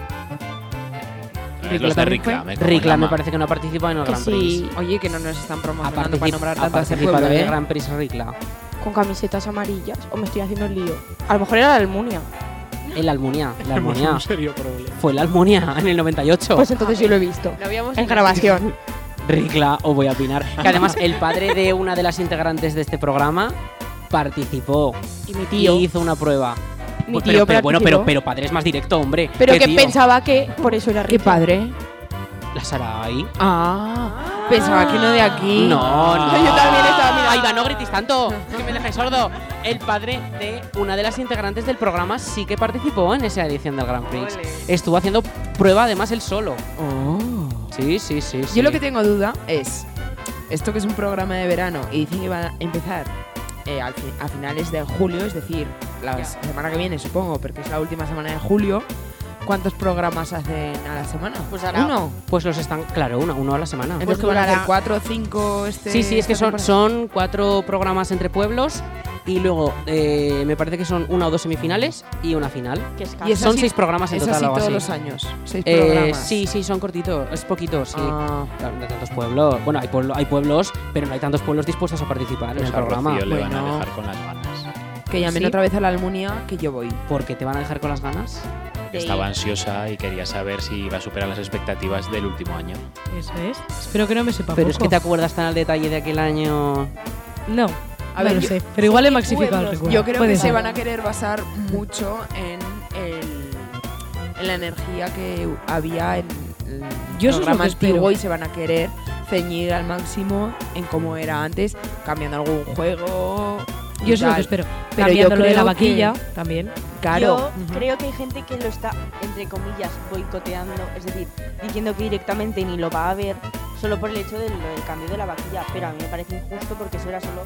C: Eh, Los de
A: también
C: Ricla,
A: fue.
C: me cago en
A: Ricla
C: la
A: me
C: ma-
A: parece que no ha participado en el
D: Que
A: Gran
D: sí.
A: Prix.
B: Oye, que no nos están
A: Ha,
B: promocionando
A: particip-
B: para nombrar
A: ha
B: tanto a ese
A: participado
B: pueblo,
A: en
B: ¿eh?
A: el Gran Prix Ricla.
D: Con camisetas amarillas. O me estoy haciendo el lío. A lo mejor era la Almunia.
A: El
B: (laughs)
A: Almunia,
E: (laughs)
A: la Almunia.
C: Un serio problema.
A: Fue la Almunia en el
E: Oh.
A: 98.
D: Pues entonces yo lo he visto.
J: Lo habíamos
D: En grabación.
A: Ricla, o voy a opinar. Que además el padre de una de las integrantes de este programa participó.
D: Y mi tío.
A: Y hizo una prueba.
D: Mi
A: Pues,
D: tío
A: pero, pero bueno, pero,
D: participó.
A: pero padre es más directo, hombre.
D: Pero
A: ¿Qué
D: que
A: tío?
D: pensaba que por eso era
B: Qué
D: rico.
B: padre.
A: La Sarai.
B: Ah, pensaba que no de aquí.
A: No, no.
D: Yo también estaba mirando.
A: Ay, va, no grites tanto, que me dejáis sordo. El padre de una de las integrantes del programa sí que participó en esa edición del Grand Prix.
J: Ole.
A: Estuvo haciendo prueba además él solo.
B: Oh.
A: Sí, sí, sí. sí.
B: Yo lo que tengo duda es, esto que es un programa de verano y dicen que va a empezar eh, al fi- a, finales de julio, es decir, la semana que viene supongo, porque es la última semana de julio, ¿cuántos programas hacen a la semana?
F: Pues ahora-
B: uno.
A: Pues los están, claro, uno, uno a la semana.
D: Pues
B: Entonces ¿qué van a
F: durará-
B: hacer cuatro o cinco este.
A: Sí, sí, es que
B: esta
A: son,
B: temporada?
A: son cuatro programas entre pueblos y luego eh, me parece que son una o dos semifinales y una final.
F: Que es
B: Y eso
A: son
B: sí-
A: seis programas en
B: eso
A: total
B: sí
A: o algo
B: todos
A: así.
B: los años. Seis
A: Eh,
B: programas.
A: sí, sí, son cortitos, es poquito, sí.
B: Ah.
A: Claro, no hay tantos pueblos. Bueno, hay, pueblo- hay pueblos, pero no hay tantos pueblos dispuestos a participar en
C: Pues
A: el
C: a
A: programa.
C: Rocío le van a
B: Bueno.
C: dejar con las ganas.
B: Que llamen
A: ¿Sí?
B: otra vez a la Almunia que yo voy.
A: Porque te van a dejar con las ganas.
C: Yo estaba ansiosa y quería saber si iba a superar las expectativas del último año.
E: Eso es. Espero que no me sepa
A: Pero es que te
E: poco.
A: acuerdas tan al detalle de aquel año.
E: No,
B: A
E: no
B: ver,
E: lo
B: yo-
E: sé. Pero igual he
D: qué
E: maxificado el
D: pueblos,
E: recuerdo.
B: Yo creo
E: Puede
B: que se
E: ser.
B: van a querer basar mucho en, el- en la energía que había en el
E: Yo eso es lo
B: programa
E: que
B: antiguo
E: espero.
B: y se van a querer ceñir al máximo en cómo era antes, cambiando algún juego. y
E: Yo eso es lo
B: tal.
E: que espero.
B: yo
E: Cambiando lo de la
B: creo
E: vaquilla también.
B: Claro.
F: Yo creo que hay gente que lo está, entre comillas, boicoteando, es decir, diciendo que directamente ni lo va a ver solo por el hecho del, del cambio de la vaquilla, pero a mí me parece injusto porque eso era solo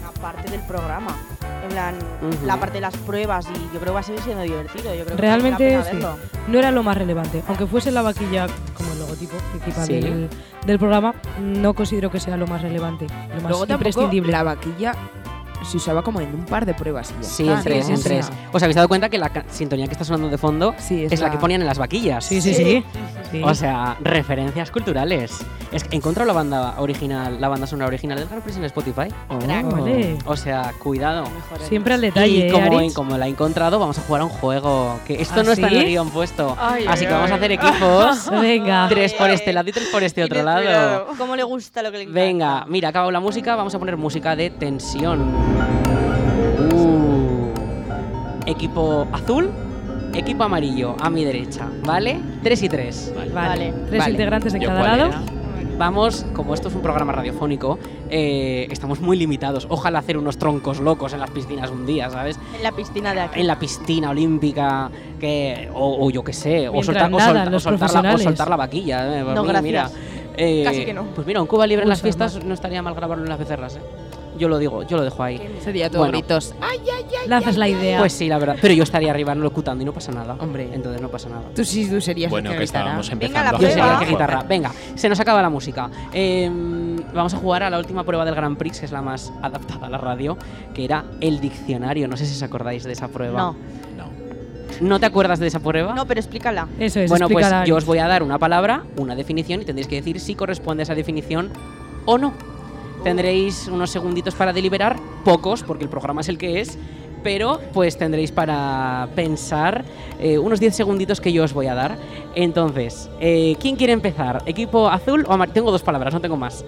F: una parte del programa. En plan,
A: Ujú.
F: la parte de las pruebas y yo creo que va a seguir siendo divertido. Yo creo que vale
E: Realmente
F: la
E: sí.
F: pena verlo.
E: No era lo más relevante. Aunque fuese la vaquilla como el logotipo principal
A: Sí.
E: del, del programa, no considero que sea lo más relevante. Lo más
B: Luego tampoco
E: imprescindible.
B: la vaquilla se usaba como en un par de pruebas. y ya
A: Sí,
E: Ah,
B: está,
A: en tres,
B: ¿no?
A: en
B: O
A: tres.
B: sea,
A: ¿Os habéis dado cuenta que la ca- sintonía que está sonando de fondo
B: Sí,
A: es la que ponían en las vaquillas?
E: Sí, sí, sí. Sí.
A: O sea, referencias culturales. Es que encontrado la banda original, la banda sonora original del Grand Prix en Spotify.
E: Oh. Vale.
A: O sea, cuidado.
E: Siempre al detalle.
A: y
E: ¿eh,
A: como,
E: Aritz?
A: como la he encontrado, vamos a jugar a un juego. Que esto
E: ¿Ah,
A: no está en
E: sí?
A: el guión puesto.
J: Ay,
A: así
J: ay,
A: que vamos a
J: ay.
A: hacer equipos.
E: (laughs) Venga.
A: tres por este lado y tres por
E: (laughs)
A: este otro lado.
F: ¿Cómo le gusta lo que le encanta?
A: Venga, mira, acabado la música, vamos a poner música de tensión. Uh. Equipo azul, equipo amarillo, a mi derecha, ¿vale? Tres y tres.
E: Vale.
F: Vale.
E: Tres
A: Vale.
E: integrantes de
C: ¿Yo
E: cada
C: cuál
E: lado.
C: era?
A: Vamos, como esto es un programa radiofónico, eh, estamos muy limitados. Ojalá hacer unos troncos locos en las piscinas un día, ¿sabes?
F: En la piscina de aquí.
A: En la piscina olímpica, que, o, o yo qué sé, o
E: Mientras
A: soltar, o,
E: nadan
A: solta- o
E: los
A: soltar la, o
E: profesionales.
A: soltar la vaquilla. eh, por
F: No,
A: mí, mira.
F: gracias.
A: Eh,
F: Casi que no.
A: Pues mira, un Cuba libre en las
E: Pulsa,
A: fiestas no estaría mal grabarlo en las becerras, ¿eh? Yo lo digo, yo lo dejo ahí.
B: Sería todo
A: Bueno.
B: gritos. Ay, ay, ay, ay, ay, ay.
A: Pues sí, la verdad. Pero yo estaría arriba no locutando y no pasa nada.
B: Hombre.
A: Entonces no pasa nada.
B: Tú sí, tú serías
C: Bueno,
B: el
C: que estábamos
B: gritará.
C: empezando Venga, la
A: Yo
C: prueba.
A: sería el que guitarra. Venga, se nos acaba la música. Eh, vamos a jugar a la última prueba del Grand Prix, que es la más adaptada a la radio, que era el diccionario. No sé si os acordáis de esa prueba.
F: No.
A: ¿No te acuerdas de esa prueba?
F: No, pero explícala.
E: Eso es,
A: bueno, pues
E: explícala.
A: yo os voy a dar una palabra, una definición y tendréis que decir si corresponde a esa definición o no. Tendréis unos segunditos para deliberar, pocos, porque el programa es el que es, pero pues tendréis para pensar eh, unos 10 segunditos que yo os voy a dar. Entonces, eh, ¿quién quiere empezar? ¿Equipo azul o amarillo? Tengo dos palabras, no tengo más.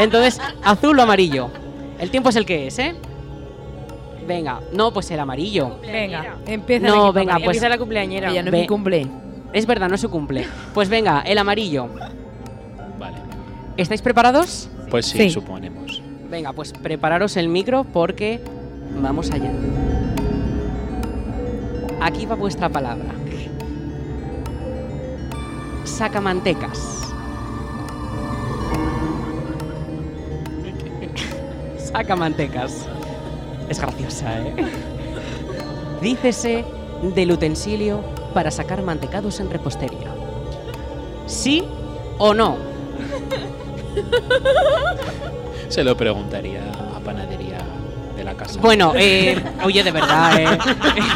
A: Entonces, azul o amarillo. El tiempo es el que es, ¿eh? Venga, no, pues el amarillo.
E: Venga, empieza
A: No,
E: el
A: venga,
E: equipo amarillo.
A: pues-
E: Empieza la cumpleañera.
A: Ella no es Ve- mi
B: cumple.
A: Es verdad, no es su cumple. Pues venga, el amarillo.
C: Vale.
A: ¿Estáis preparados?
C: Pues sí,
A: Sí.
C: suponemos.
A: Venga, pues prepararos el micro porque vamos allá. Aquí va vuestra palabra. (laughs) Sacamantecas. Sacamantecas. Es graciosa, ¿eh? (laughs) Dícese del utensilio para sacar mantecados en repostería. ¿Sí o no?
C: Se lo preguntaría a panadería de la casa.
A: Bueno, eh, oye, de verdad,
C: (laughs)
A: eh.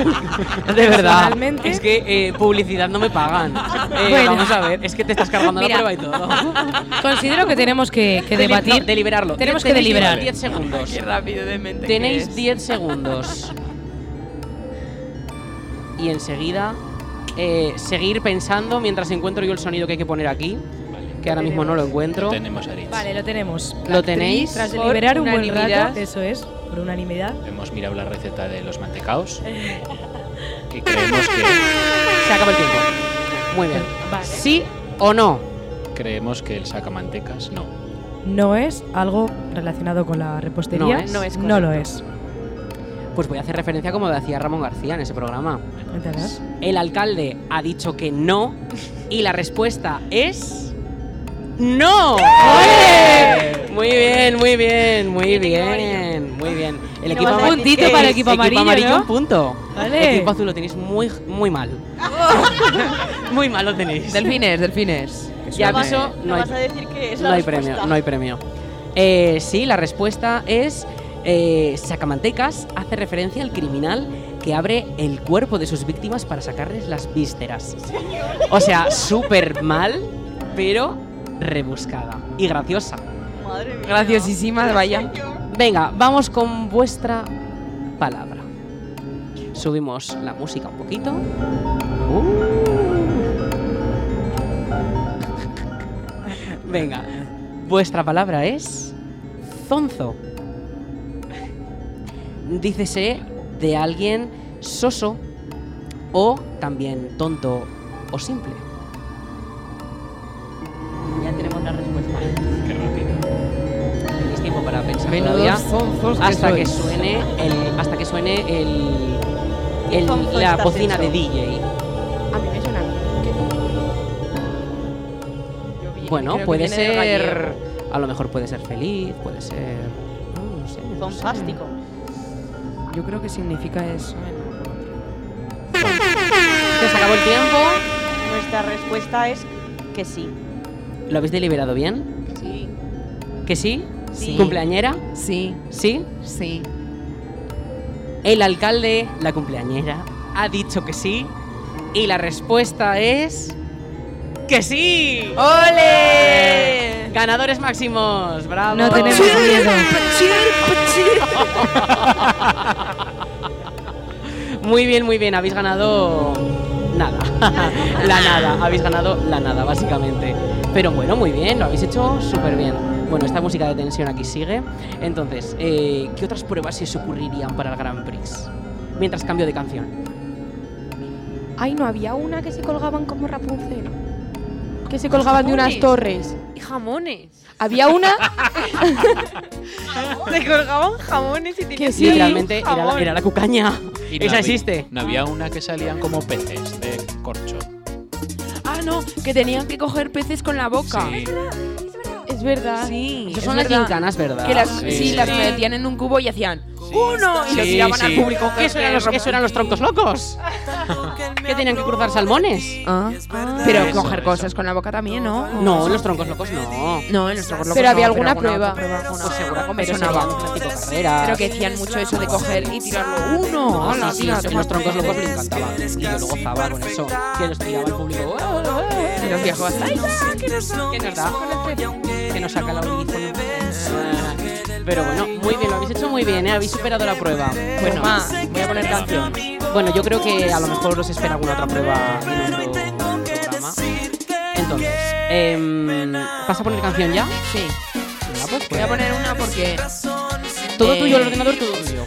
A: (laughs) De verdad.
E: Personalmente-
A: Es que eh, publicidad no me
E: (laughs)
A: pagan. Eh,
E: Bueno.
A: Vamos a ver, es que te estás cargando
E: Mira.
A: la prueba y todo.
E: (laughs) Considero que tenemos que, que
A: Deli-
E: debatir.
A: no, deliberarlo.
E: Tenemos que
A: Tenéis
E: deliberar.
A: 10 segundos.
B: Qué rápido de mente. que
A: Tenéis
B: es.
A: 10 segundos. Y enseguida, eh, seguir pensando mientras encuentro yo el sonido que hay que poner aquí. Que ahora mismo no lo encuentro.
C: Tenemos a Aritz.
E: Vale, lo tenemos.
A: Lo tenéis.
E: Tras
A: Por
E: deliberar un buen
A: unanimidad.
E: rato, eso es, por unanimidad.
C: Hemos mirado la receta de los mantecaos y creemos que,
A: Se acaba el tiempo. Muy bien.
E: Vale.
A: ¿Sí o no?
C: creemos que el sacamantecas no.
E: No es algo relacionado con la repostería.
A: No es. No es
E: No lo
A: correcto.
E: es.
A: Pues voy a hacer referencia como decía Ramón García en ese programa.
E: ¿Entenderás?
A: El alcalde ha dicho que no y la respuesta es no. Muy bien, muy bien, muy bien, muy bien. El
E: Le
A: equipo
E: vas a
A: amar-
E: decir que para el equipo amarillo, ¿no?
A: un punto.
E: Vale.
A: El equipo azul lo tenéis muy muy mal. (laughs)
E: Oh.
A: muy mal lo tenéis.
B: Delfines, delfines.
A: Y aviso, no hay,
F: vas a decir que es la
A: no hay
F: respuesta.
A: premio, no hay premio. Eh, sí, la respuesta es eh, sacamantecas hace referencia al criminal que abre el cuerpo de sus víctimas para sacarles las vísceras. O sea, súper mal, pero rebuscada y graciosa.
F: Madre mía.
B: Graciosísima, vaya.
A: Venga, vamos con vuestra palabra. Subimos la música un poquito. Uh. Venga, vuestra palabra es zonzo. Dícese de alguien soso o también tonto o simple.
F: Ya tenemos la respuesta.
C: Qué rápido.
A: Tenéis tiempo para pensar
B: Menudos
A: todavía.
B: zonzos que
A: hasta que
B: sois.
A: suene el hasta que suene el, el-
F: Zonzo
A: la
F: está
A: bocina de
F: censo.
A: DJ.
D: A mí me suena.
A: Bueno,
B: creo que
A: puede
B: viene del
A: ser
B: gallego.
A: a lo mejor puede ser feliz, puede ser no, no sé, no sé.
F: Fantástico.
B: Yo creo que significa eso.
A: Se os acabó el tiempo.
F: Nuestra respuesta es que sí.
A: ¿Lo habéis deliberado bien?
B: Sí.
A: ¿Que sí?
B: Sí.
A: ¿Cumpleañera?
B: Sí,
A: ¿Sí?
B: sí.
A: El alcalde, la cumpleañera, ha dicho que sí y la respuesta es que sí.
B: ¡Ole!
A: Ganadores máximos, bravo.
E: No tenemos miedo.
A: (laughs) Muy bien, muy bien. Habéis ganado nada. (laughs) la nada. Habéis ganado la nada, básicamente. Pero bueno, muy bien. Lo habéis hecho súper bien. Bueno, esta música de tensión aquí sigue. Entonces, eh, ¿qué otras pruebas se os ocurrirían para el Grand Prix? Mientras cambio de canción.
D: Ay, no, había una que se colgaban como Rapunzel. Que se colgaban de unas
J: Jamones.
D: torres.
J: Y jamones.
A: (laughs)
D: Había una
J: Se colgaban jamones y
D: que
J: tenías
D: sí.
A: Literalmente era la,
J: jamón.
A: era la cucaña.
C: Y no
A: Esa
C: había-
A: existe.
C: No había una que salían como peces de corcho.
B: Ah, no, que tenían que coger peces con la boca.
C: Sí.
D: Es es verdad.
B: Sí,
A: Eso
B: es
A: son las
B: verdad.
A: gincanas, ¿verdad?
B: Que las,
A: Sí,
B: sí,
A: sí.
B: las
A: Sí.
B: metían en un cubo y hacían uno y lo
A: Sí,
B: tiraban al
A: sí.
B: público.
A: ¿Qué eso eran los- eso eran los troncos locos? que tenían que cruzar salmones.
B: Ah, Pero
A: Eso,
B: coger
A: eso.
B: cosas con la boca también, ¿no?
A: No, en los troncos locos no.
B: No, en los troncos locos
D: Pero
B: no,
D: había alguna
B: alguna
D: prueba.
B: otra alguna
A: Pues seguro que
B: me
A: eso
B: sonaba.
A: sería un clásico carrera.
B: Pero que decían mucho eso de coger y tirarlo uno.
A: Ah,
B: Hola,
A: sí, sí,
B: tía,
A: eso en
B: toma.
A: los troncos locos me encantaba. Y yo luego zaba con eso. Que los tiraba al público.
B: Y los viejos, "Ay, ya, que nos da".
A: Que nos da. Que nos saca la orilla. Ah, Pero bueno, muy bien, lo habéis hecho muy bien, ¿eh? Habéis superado la prueba. Bueno,
B: Ma, voy a poner canción.
A: Bueno, yo creo que a lo mejor os espera alguna otra prueba en otro programa. Entonces, em, ¿vas a poner canción ya?
B: Sí.
A: Venga, pues,
B: Voy a poner una porque.
A: Todo tuyo, el
B: Eh,
A: ordenador, todo tuyo.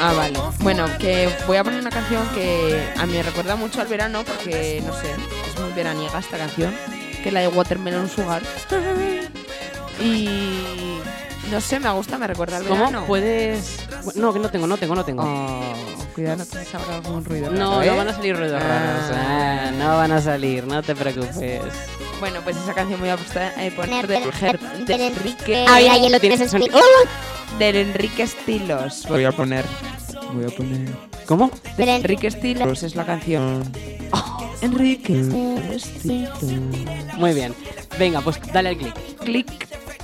B: Ah, vale. Bueno, que voy a poner una canción que a mí me recuerda mucho al verano porque, no sé, es muy veraniega esta canción, que es la de Watermelon Sugar. Y no sé, me gusta, me recuerda al
A: ¿Cómo
B: verano. Oh,
A: puedes...? No, que no tengo, no tengo, no tengo.
B: Cuidado, no te salga algún ruido.
A: No,
B: raro, ¿eh?
A: no van a salir ruidos
B: Ah.
A: raros. Ah, no van a salir, no te preocupes.
B: Bueno, pues esa canción voy a eh, apostar a poner de, de Enrique.
A: Ahí, ahí lo tienes en su-
B: ¡Uh! Del Enrique Estilos.
M: Voy a poner. Voy a poner.
A: ¿Cómo?
B: Del Enrique Estilos es la canción. Enrique Estilos.
A: este. Muy bien. Venga, pues dale al clic.
B: Click.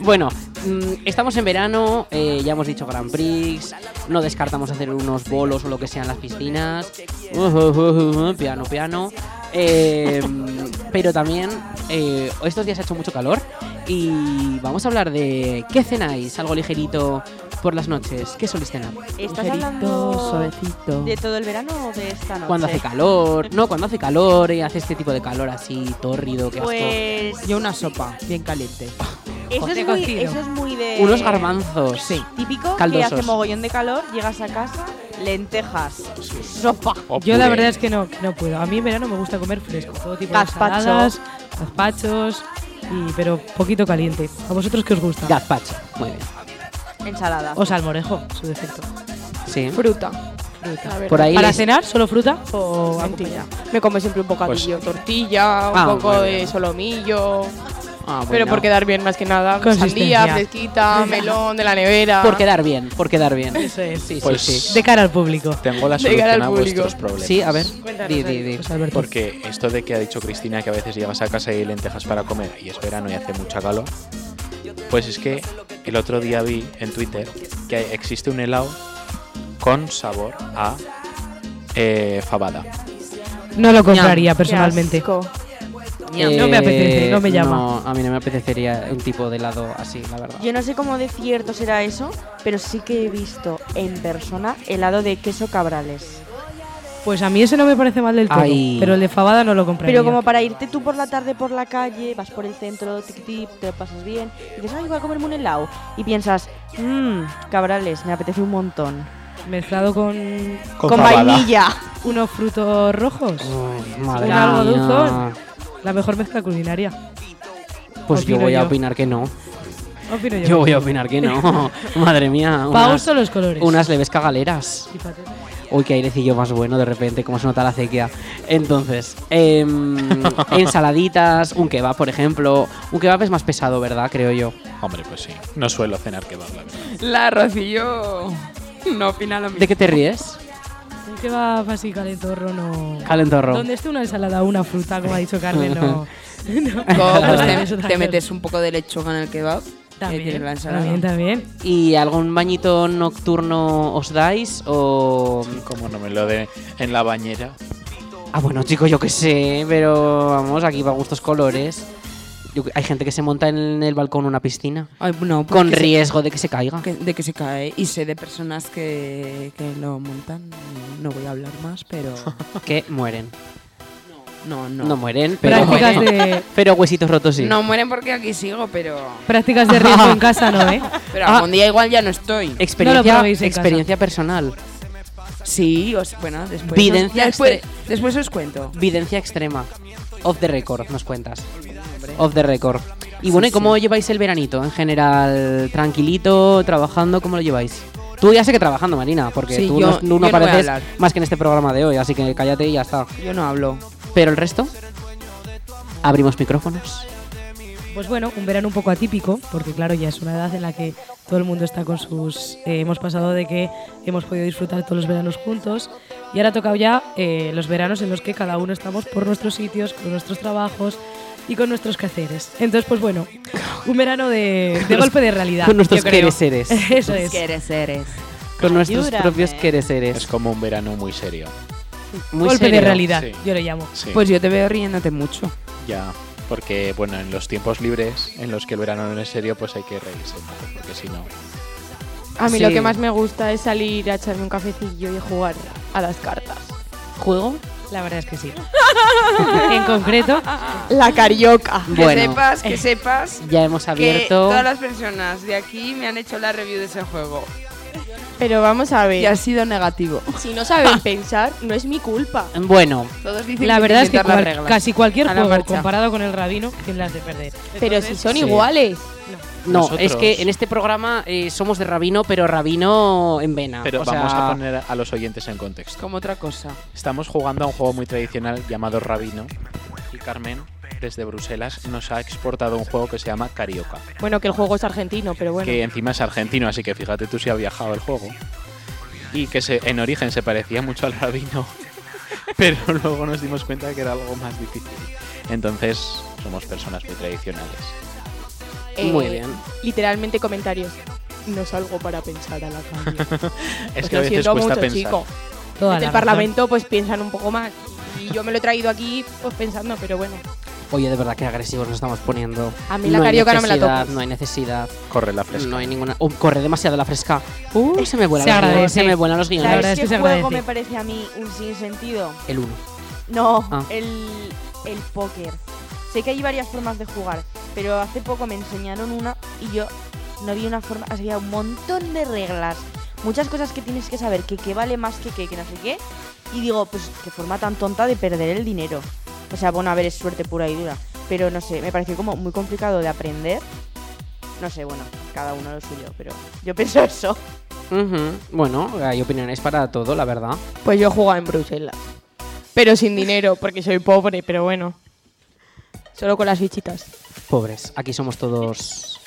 A: Bueno, mm, estamos en verano, eh, ya hemos dicho Grand Prix, no descartamos hacer unos bolos o lo que sea en las
C: (laughs)
A: piscinas. Uh, uh, uh, uh, piano, piano. Eh, pero también eh, estos días ha hecho mucho calor y vamos a hablar de qué cenáis, algo ligerito por las noches. ¿Qué soléis cenar?
F: ¿Estás
B: Ligerito,
F: hablando
B: suavecito.
F: de todo el verano o de esta noche?
A: Cuando hace calor, no, cuando hace calor y hace este tipo de calor así tórrido, que
F: Pues-
B: Yo una sopa bien caliente.
F: Eso
B: Joder,
F: es, muy,
B: cocido.
F: eso es muy
D: eh,
F: de...
A: Unos garbanzos.
B: Sí.
F: Típico que hace
A: Caldosos.
F: mogollón de calor, llegas a casa, lentejas, sopa.
E: Yo la verdad es que no, que no puedo. A mí en verano me gusta comer fresco, todo tipo
F: Gazpacho.
E: de ensaladas, gazpachos, y, pero poquito caliente. ¿A vosotros qué os gusta?
A: Gazpacho, muy bien.
F: Ensalada.
E: O salmorejo, su defecto.
A: Sí.
D: Fruta.
E: Fruta.
D: La verdad.
A: Por ahí
E: ¿Para
A: les-
E: cenar solo fruta o
D: Mentira. Me como siempre un bocadillo, tortilla, un
A: Pues- Ah,
D: poco
A: muy
D: de
A: bien.
D: solomillo.
A: Ah, bueno.
D: Pero por quedar bien más que nada.
E: Consistencia.
D: Sandía, fresquita, melón de la nevera.
A: Por quedar bien, por quedar bien.
E: Eso es.
A: Sí,
C: Pues-
A: sí, sí.
E: De cara al público.
C: Tengo la
D: De cara
C: solución
D: al
C: a
D: público.
C: vuestros problemas.
A: Sí, a ver.
D: Cuéntanos, Pues
A: Di, di, di.
D: David.
E: Pues,
C: Porque esto de que ha dicho Cristina que a veces llegas a casa y hay lentejas para comer y es verano y hace mucha calor, pues es que el otro día vi en Twitter que existe un helado con sabor a eh, fabada.
E: No lo compraría personalmente. No me apetece, no me llama.
A: Eh, No, a mí no me apetecería un tipo de helado así, la verdad.
F: Yo no sé cómo de cierto será eso, pero sí que he visto en persona helado de queso cabrales.
E: Pues a mí ese no me parece mal del todo,
A: Ay.
E: pero el de fabada no lo compraría.
F: Pero como para irte tú por la tarde por la calle, vas por el centro, tic tic, te lo pasas bien, y dices, ay, voy a comerme un helado. Y piensas, mmm, cabrales, me apetece un montón.
E: Mezclado con...
C: Con
F: Con
C: fabada.
F: vainilla.
E: Unos frutos rojos.
A: Ay,
E: un
A: madre
E: algo
A: mía.
E: dulzón. La mejor mezcla culinaria.
A: Pues yo
E: Opino
A: voy a
E: yo.
A: opinar que no.
E: Opino yo.
A: Yo voy a opinar que
E: (laughs)
A: no. Madre mía.
E: Pa'
A: unas-
E: gusto los colores.
A: Unas leves cagaleras.
E: Y patatas.
A: Uy, qué airecillo más bueno de repente, como se nota la acequia. Entonces,
C: (laughs)
A: em, ensaladitas, un kebab, por ejemplo. Un kebab es más pesado, ¿verdad? Creo yo.
C: Hombre, pues sí. No suelo cenar kebab, la verdad.
B: La Rocío no opina lo mismo.
A: ¿De qué te ríes?
E: Un kebab así calentorro no...
A: Calentorro.
E: Donde esté una ensalada o una fruta, como ha dicho Carmen,
B: (laughs)
E: no... (laughs) no.
B: Co- pues
E: Otra
B: te,
E: vez, otra
B: te
E: vez.
B: metes un poco de lechuga en el kebab.
E: También,
B: y tienes la ensalada.
E: También, también.
A: ¿Y algún bañito nocturno os dais? O.
C: Como no me lo de en la bañera.
A: Ah, bueno, chicos, yo qué sé, pero vamos, aquí va gustos colores. Yo que- hay gente que se monta en el balcón una piscina.
B: Ay, no, pues
A: Con
B: que se-
A: riesgo de que se caiga.
B: que- de que se cae. Y sé de personas que, que lo montan. No voy a hablar más, pero.
A: (laughs) Que mueren.
B: No, no.
A: No mueren, pero.
E: Prácticas de-
A: Pero huesitos rotos sí.
B: No mueren porque aquí sigo, pero.
E: Prácticas de riesgo en casa no, ¿eh?
B: (laughs) Pero
A: Ah.
B: algún día igual ya no estoy.
E: No lo
A: Experiencia,
E: probéis en
A: experiencia personal.
B: Sí, os- bueno, después.
A: Videncia
B: os, después,
A: extre-
B: después os cuento.
A: Videncia extrema. Off the record, nos cuentas. Off the record. Y bueno, ¿y cómo lleváis el veranito en general? ¿Tranquilito? ¿Trabajando? ¿Cómo lo lleváis? Tú ya sé que trabajando, Marina, porque
B: Sí,
A: tú
B: yo-
A: no, no
B: yo no voy a
A: apareces
B: hablar.
A: más que en este programa de hoy, así que cállate y ya está.
B: Yo no hablo.
A: Pero el resto, abrimos micrófonos.
E: Pues bueno, un verano un poco atípico, porque claro, ya es una edad en la que todo el mundo está con sus... eh, hemos pasado de que hemos podido disfrutar todos los veranos juntos y ahora ha tocado ya eh, los veranos en los que cada uno estamos por nuestros sitios, con nuestros trabajos y con nuestros quehaceres. Entonces, pues bueno, un verano de, de golpe de realidad.
A: Con nuestros
E: yo creo.
A: quereseres.
E: (laughs) Eso es.
B: eres, eres.
A: Con nuestros
F: Ayúdame.
A: propios quereseres.
C: Es como un verano muy serio.
A: Muy
E: golpe de
A: serio.
E: realidad,
C: Sí.
E: yo le llamo.
C: Sí.
B: Pues yo te veo riéndote mucho.
C: Ya, porque bueno, en los tiempos libres, en los que el verano no es serio, pues hay que reírse, un poco, porque si no.
D: A mí lo
A: Sí.
D: que más me gusta es salir a echarme un cafecillo y jugar a las cartas.
A: ¿Juego?
E: La verdad es que sí. (laughs) en concreto,
D: La carioca.
A: Bueno,
B: que sepas, que sepas.
A: ya hemos
B: Que
A: abierto.
B: todas las personas de aquí me han hecho la review de ese juego.
D: Pero vamos a ver.
B: Y ha sido negativo.
D: Si no saben pensar, no es mi culpa.
A: Bueno,
D: Todos dicen
E: la
D: que
E: verdad es que
D: inventar las
E: cual-
D: reglas.
E: casi cualquier
D: A la
E: juego
D: marcha.
E: comparado con el rabino tiene las de perder.
D: Pero si son iguales.
A: No,
C: Nosotros.
A: es que en este programa eh, somos de rabino, pero rabino en vena.
C: Pero
A: o
C: vamos
A: sea,
C: a poner a los oyentes en contexto.
B: Como otra cosa.
C: Estamos jugando a un juego muy tradicional llamado Rabino y Carmen desde Bruselas nos ha exportado un juego que se llama Carioca,
D: Bueno, que el juego es argentino, pero bueno.
C: que encima es argentino, así que fíjate tú si ha viajado el juego. Y que se- en origen se parecía mucho al Rabino, (laughs) pero luego nos dimos cuenta que era algo más difícil. Entonces, somos personas muy tradicionales.
D: Eh,
C: Muy bien.
D: Literalmente comentarios. No es algo para pensar a la
C: (laughs)
D: calle.
C: Es
D: Os
C: que
D: lo
C: a veces
D: siento
C: cuesta
D: mucho,
C: pensar.
D: chico.
E: Toda
D: Desde
E: la
D: el
E: razón.
D: Parlamento pues piensan un poco más. Y yo me lo he traído aquí pues pensando, pero bueno.
A: Oye, de verdad que agresivos nos estamos poniendo.
D: A mí la
A: hay
D: carioca no me la
A: necesidad,
D: toques.
A: No hay necesidad.
C: Corre la fresca.
A: No hay ninguna. oh, corre demasiado la fresca.
D: Eh,
A: Uh, se me vuelan
E: Se
A: los guiones,
E: agradece.
A: se me vuelan los guiones.
F: ¿Sabes qué Este juego me parece a mí un sinsentido?
A: El uno.
F: No,
A: Ah.
F: el, el póker. Sé que hay varias formas de jugar, pero hace poco me enseñaron una y yo no vi una forma. Había un montón de reglas, muchas cosas que tienes que saber, que qué vale más que qué, que no sé qué. Y digo, pues qué forma tan tonta de perder el dinero. O sea, bueno, a ver, es suerte pura y dura. Pero no sé, me pareció como muy complicado de aprender. No sé, bueno, cada uno lo suyo, pero yo pienso eso.
A: Ujú. Bueno, hay opiniones para todo, la verdad.
D: Pues yo jugaba en Bruselas. Pero sin dinero, porque soy pobre, pero bueno. Solo con las fichitas.
A: Pobres. Aquí somos todos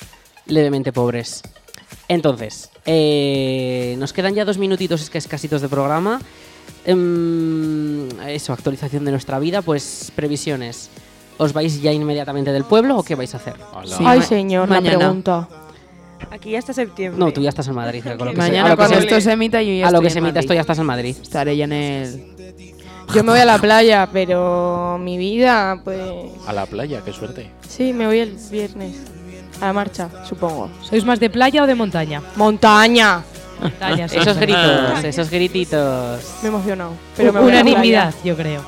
A: levemente pobres. Entonces, eh, nos quedan ya dos minutitos es que escasitos de programa. Em, eso, actualización de nuestra vida, pues previsiones. ¿Os vais ya inmediatamente del pueblo o qué vais a hacer?
D: Sí. Ay, señor, la
A: Mañana.
D: pregunta.
N: Aquí hasta septiembre.
A: No, tú ya estás en Madrid. ya, con lo que
B: Mañana,
A: a lo que
B: cuando esto se emita, yo ya
A: A lo
B: estoy
A: que
B: en
A: se emita,
B: Madrid.
A: esto ya estás en Madrid.
B: Estaré ya en el.
D: Yo me voy a la playa, pero mi vida, pues.
C: A la playa, qué suerte.
D: Sí, me voy el viernes. A la marcha, supongo.
E: ¿Sois más de playa o de montaña?
N: (laughs)
D: ¡Montaña! Ah,
E: Montaña, sí.
A: Esos gritos, esos grititos.
D: Me he emocionado.
E: Pero
D: Pero me voy a la
E: unanimidad,
D: playa.
E: yo creo.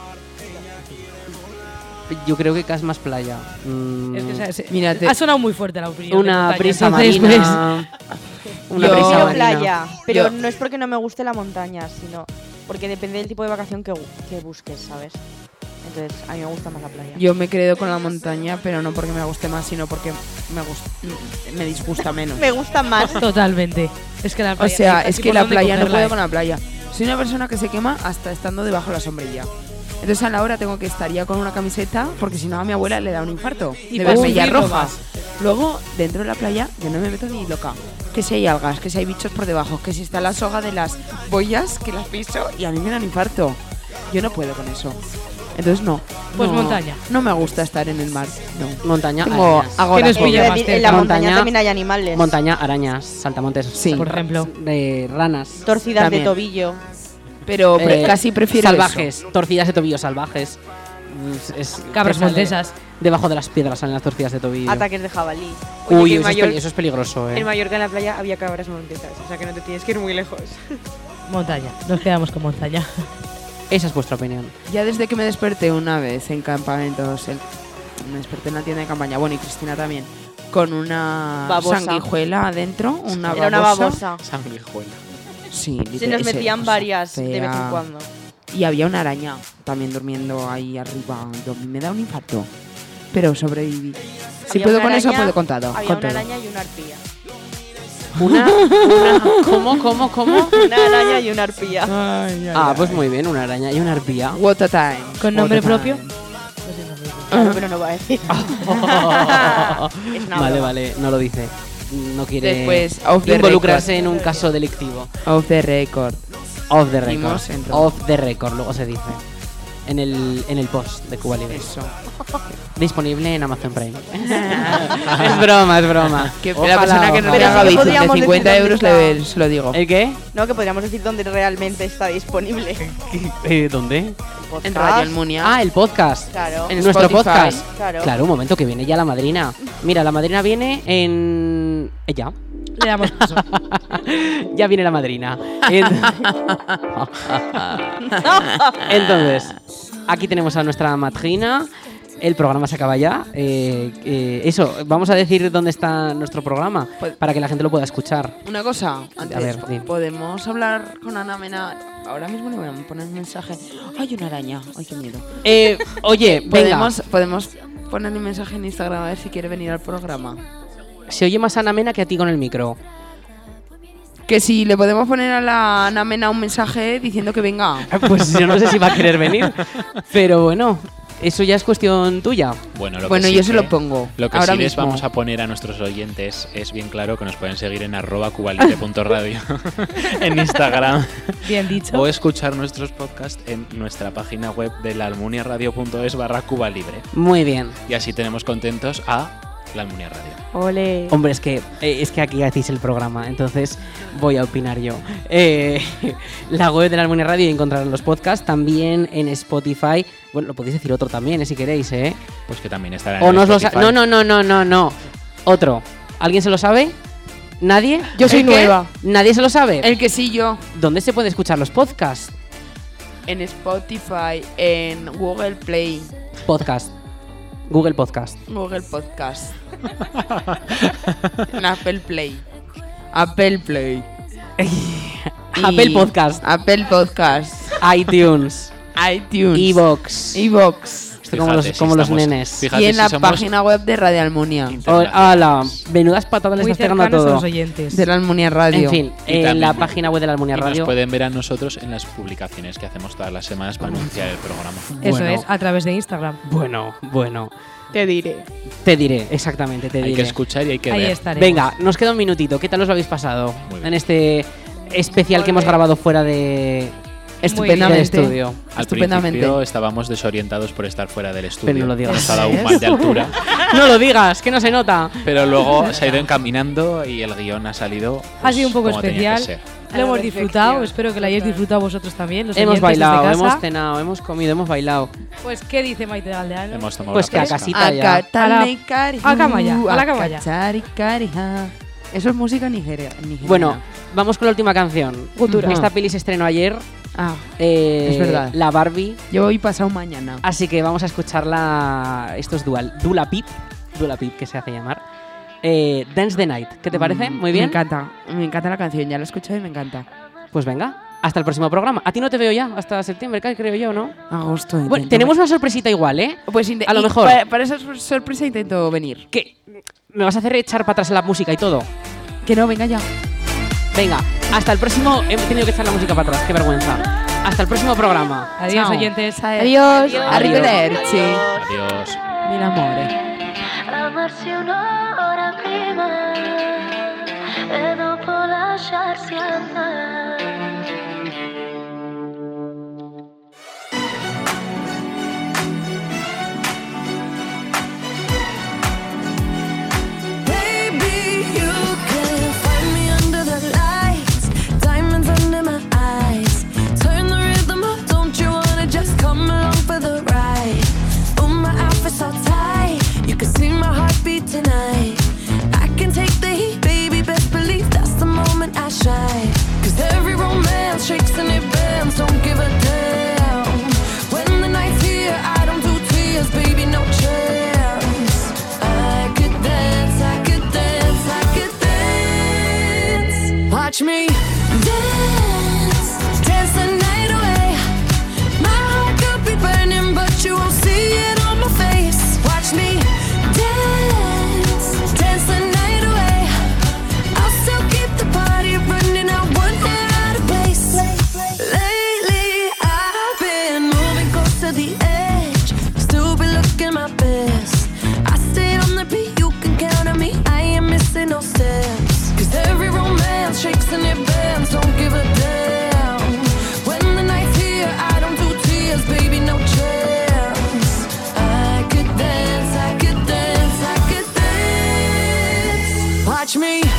A: Yo creo que Cas más playa. Mm,
E: Es que, o sea, se-
A: mírate.
E: Ha sonado muy fuerte la opinión. de
A: Una
E: montaña,
A: prisa
E: entonces,
A: marina.
E: pues-
A: Una
F: yo
A: brisa
F: prefiero
A: marina.
F: playa, pero
A: Yo-
F: no es porque no me guste la montaña, sino porque depende del tipo de vacación que, bu- que busques, ¿sabes? Entonces, a mí me gusta más la playa.
B: Yo me quedo con la montaña, pero no porque me guste más, sino porque me, gust- me disgusta
F: (laughs)
B: menos.
F: Me gusta más.
B: (laughs)
E: Totalmente. Es que la
B: O
E: playa-
B: sea,
E: hay
B: es
E: casi
B: que
E: por
B: la
E: dónde
B: playa no
E: cogerla,
B: puedo
E: ¿eh?
B: con la playa. Soy una persona que se quema hasta estando debajo de la sombrilla. Entonces a la hora tengo que estar ya con una camiseta porque si no a mi abuela le da un infarto.
E: Y
B: de
E: para
B: vermellas
E: sufrirlo
B: rojas.
E: más.
B: Luego, dentro de la playa, yo no me meto ni loca. Que si hay algas, que si hay bichos por debajo, que si está la soga de las boyas, que las piso y a mí me da un infarto. Yo no puedo con eso. Entonces no.
E: Pues
B: No,
E: montaña.
B: No me gusta estar en el mar. No.
A: Montaña,
B: Tengo
A: arañas.
B: agorafobia.
F: en la montaña, también hay animales.
A: Montaña, arañas, saltamontes.
B: Sí. Por
A: ejemplo. Eh, ranas.
F: Torcidas
A: También.
F: de tobillo.
B: Pero pre-
A: Eh,
B: casi prefiero
A: Salvajes,
B: eso.
A: torcidas de tobillo salvajes. Mm, es-
E: Cabras
A: te sale-
E: montesas.
A: Debajo de las piedras salen las torcidas de tobillo.
F: Ataques de jabalí.
N: Oye,
A: Uy,
N: que en
A: eso,
N: Mallorca-
A: es peli- eso es peligroso, eh.
N: En Mallorca en la playa había cabras montesas, o sea que no te tienes que ir muy lejos.
E: Montaña. Nos quedamos con montaña.
A: Esa es vuestra opinión.
B: Ya desde que me desperté una vez en campamentos, el- me desperté en la tienda de campaña, bueno, y Cristina también, con una
F: Babosa.
B: sanguijuela adentro, una
F: Era una babosa.
C: Sanguijuela.
B: Sí,
F: Se
B: literal-
F: nos
B: ese-
F: metían
B: cosa
F: varias de vez en
B: fea.
F: cuando.
B: Y había una araña también durmiendo ahí arriba. Yo- me da un infarto, pero sobreviví. si
F: Había
B: puedo
F: una
B: con eso,
F: araña-
B: puedo con todo.
F: Había
B: con
F: una
B: todo.
F: araña y una arpía. (laughs)
A: Una, una- ¿Cómo, cómo, cómo?
F: Una araña y una arpía.
A: Ah, pues muy bien, una araña y una arpía.
B: What a time.
E: ¿Con nombre
A: (laughs)
E: propio?
F: Claro, pero no va a decir. (laughs) Es una
A: Oh. vale,
F: broma.
A: vale, no lo dice. No quiere
B: Después, off the
A: involucrarse en
B: record.
A: un caso delictivo.
B: Off the record.
A: Off the record.
B: Seguimos, entonces.
A: Off the record, luego se dice. En el, en el post de Cuba Libre.
B: Eso.
A: (laughs) Disponible en Amazon
B: (laughs)
A: Prime. es broma, es broma.
B: Que
A: Ojalá,
B: la persona que no
A: ojalá.
B: le haga
F: Pero sí que
B: bizum de
F: podríamos
B: 50
F: decir
B: euros
F: dónde
B: le, se lo digo.
A: ¿El qué?
F: No, que podríamos decir dónde realmente está disponible.
A: Eh, ¿Dónde?
B: En Radio Almunia.
A: Ah, el podcast.
F: Claro.
A: En nuestro
B: Spotify.
A: podcast.
F: Claro.
A: un momento que viene ya la madrina. Mira, la madrina viene en. Ella.
E: Le damos paso.
A: (laughs) ya viene la madrina. En- (laughs) Entonces, aquí tenemos a nuestra madrina. El programa se acaba ya. Eh, eh, eso, vamos a decir dónde está nuestro programa
E: Pues
A: para que la gente lo pueda escuchar.
B: Una cosa, antes,
A: A ver, di.
B: podemos hablar con Ana Mena. Ahora mismo le voy a poner un mensaje. Hay una araña, ay qué miedo.
A: Eh,
B: (laughs)
A: oye, venga.
B: podemos, podemos ponerle un mensaje en Instagram a ver si quiere venir al programa.
A: Se oye más Ana Mena que a ti con el micro.
B: Que si le podemos poner a la Ana Mena un mensaje diciendo que (laughs) venga.
A: Pues yo no sé si va a querer venir. Pero bueno, eso ya es cuestión tuya.
C: Bueno, lo
A: Bueno,
C: que sí
A: yo se
C: que-
A: lo pongo,
C: Lo que
A: ahora
C: sí les
A: mismo.
C: vamos a poner a nuestros oyentes es bien claro que nos pueden seguir en arroba
A: (laughs)
C: cubalite.radio en Instagram.
E: Bien dicho.
C: O escuchar nuestros podcasts en nuestra página web de laalmuniaradio.es barra Cuba Libre.
A: Muy bien.
C: Y así tenemos contentos a la Almunia Radio.
D: Ole.
A: Hombre, es que, eh, es que aquí hacéis el programa, entonces voy a opinar yo. Eh, (laughs) la web de la Armonía Radio y encontrar los podcasts también en Spotify. Bueno, lo podéis decir otro también, eh, si queréis, ¿eh?
C: Pues que también estará
A: O
C: en
A: no os lo sa-
C: Spotify.
A: No, no, no, no, no, no. Otro. ¿Alguien se lo sabe? ¿Nadie?
B: Yo soy
A: ¿El qué?
B: nueva.
A: ¿Nadie se lo sabe?
B: El que sí yo.
A: ¿Dónde se puede escuchar los podcasts?
B: En Spotify, en Google Play,
A: Podcast. Google Podcast.
B: Google (laughs) Podcast, en Apple Play. Apple Play.
A: (laughs) Apple Podcast.
B: Apple Podcast.
A: iTunes.
B: (laughs) iTunes.
A: Evox.
B: Evox.
A: Esto como los, como los nenes.
B: y en la página web de Radio Almunia.
A: Hola, menudas patadas les
B: Muy
A: estás pegando a
B: cercanos a
A: todo.
B: los oyentes. De la Almunia Radio.
A: En fin,
C: Y
A: en
C: también-
A: la página web de la Almunia
C: Y nos
A: Radio.
C: pueden ver a nosotros en las publicaciones que hacemos todas las semanas para anunciar el programa.
E: Eso es, a través de Instagram.
A: Bueno, bueno.
D: Te diré.
A: Te diré, exactamente, te
C: Hay
A: diré.
C: que escuchar y hay que Ahí ver. estaremos.
A: Venga, nos queda un minutito. ¿Qué tal os lo habéis pasado en este especial que hemos grabado fuera de estupendamente estudio?
C: Al principio estábamos desorientados por estar fuera del estudio.
A: Pero no lo digas.
C: Nos ha dado un mal de altura.
E: (laughs)
A: no lo digas, que no se nota.
C: Pero luego se ha ido encaminando y el guión ha salido. pues,
E: Ha sido un poco
C: como tenía
E: especial.
C: que ser.
E: Lo hemos disfrutado, espero que lo hayáis disfrutado vosotros también. los
A: Hemos
E: oyentes desde
A: bailado,
E: casa.
A: hemos cenado, hemos comido, hemos bailado.
E: Pues, ¿qué dice Maite Galdeano?
C: Hemos tomado
A: Pues que
C: una
A: a
C: fresca.
A: casita ya.
E: A la- a cama ya, a la cama ya.
B: ya. Eso es música nigeria, nigeriana.
A: Bueno, vamos con la última canción.
B: Cultura.
A: Esta peli se estrenó ayer.
B: Ah,
A: eh,
B: es verdad.
A: La Barbie.
B: Yo hoy pasado mañana.
A: Así que vamos a escucharla. Esto es Dual. Dula Pip. Dula Pip, que se hace llamar. Eh, Dance the Night. ¿Qué te parece?
B: Mm,
A: Muy bien.
B: Me encanta, me encanta la canción, ya la he escuchado y me encanta.
A: Pues venga, hasta el próximo programa. A ti no te veo ya, hasta septiembre, creo yo, ¿no?
B: Agosto.
A: Bueno,
B: intento-
A: tenemos una sorpresita igual, ¿eh?
B: Pues inte-
A: A lo
B: y
A: mejor.
B: Para, para esa sor- sorpresa intento venir.
A: ¿Qué? ¿Me vas a hacer echar para atrás la música y todo?
B: Que no, venga ya.
A: Venga, hasta el próximo. He tenido que echar la música para atrás, qué vergüenza. Hasta el próximo programa.
E: Adiós,
B: Chao.
E: oyentes.
B: Adiós. Arrivederci.
C: Adiós.
B: Mil amores.
G: Amarsi un'ora prima e dopo lasciarsi andare.
O: Baby, you can find me under the lights, diamonds under my eyes. Turn the rhythm up, don't you wanna just come along for the ride? Oh, my outfit's all tight, you can see my heartbeat tonight. I can take the heat, baby, best believe that's the moment I shine. Cause every romance shakes and it bends, don't give a damn. When the night's here, I don't do tears, baby, no chance. I could dance, I could dance, I could dance. Watch me dance, dance the night away. My heart could be burning, but you won't see it on my face. Watch me dance, dance the night away. I'll still keep the party running. I wonder out of place. Lately, I've been moving close to the edge. Still be looking my best. I stay on the beat, you can count on me. I ain't missing no steps. Cause every romance shakes and it bends. Don't give a damn. When the night's here, I don't do tears, baby, no chance. I could dance, I could dance, I could dance. Watch me.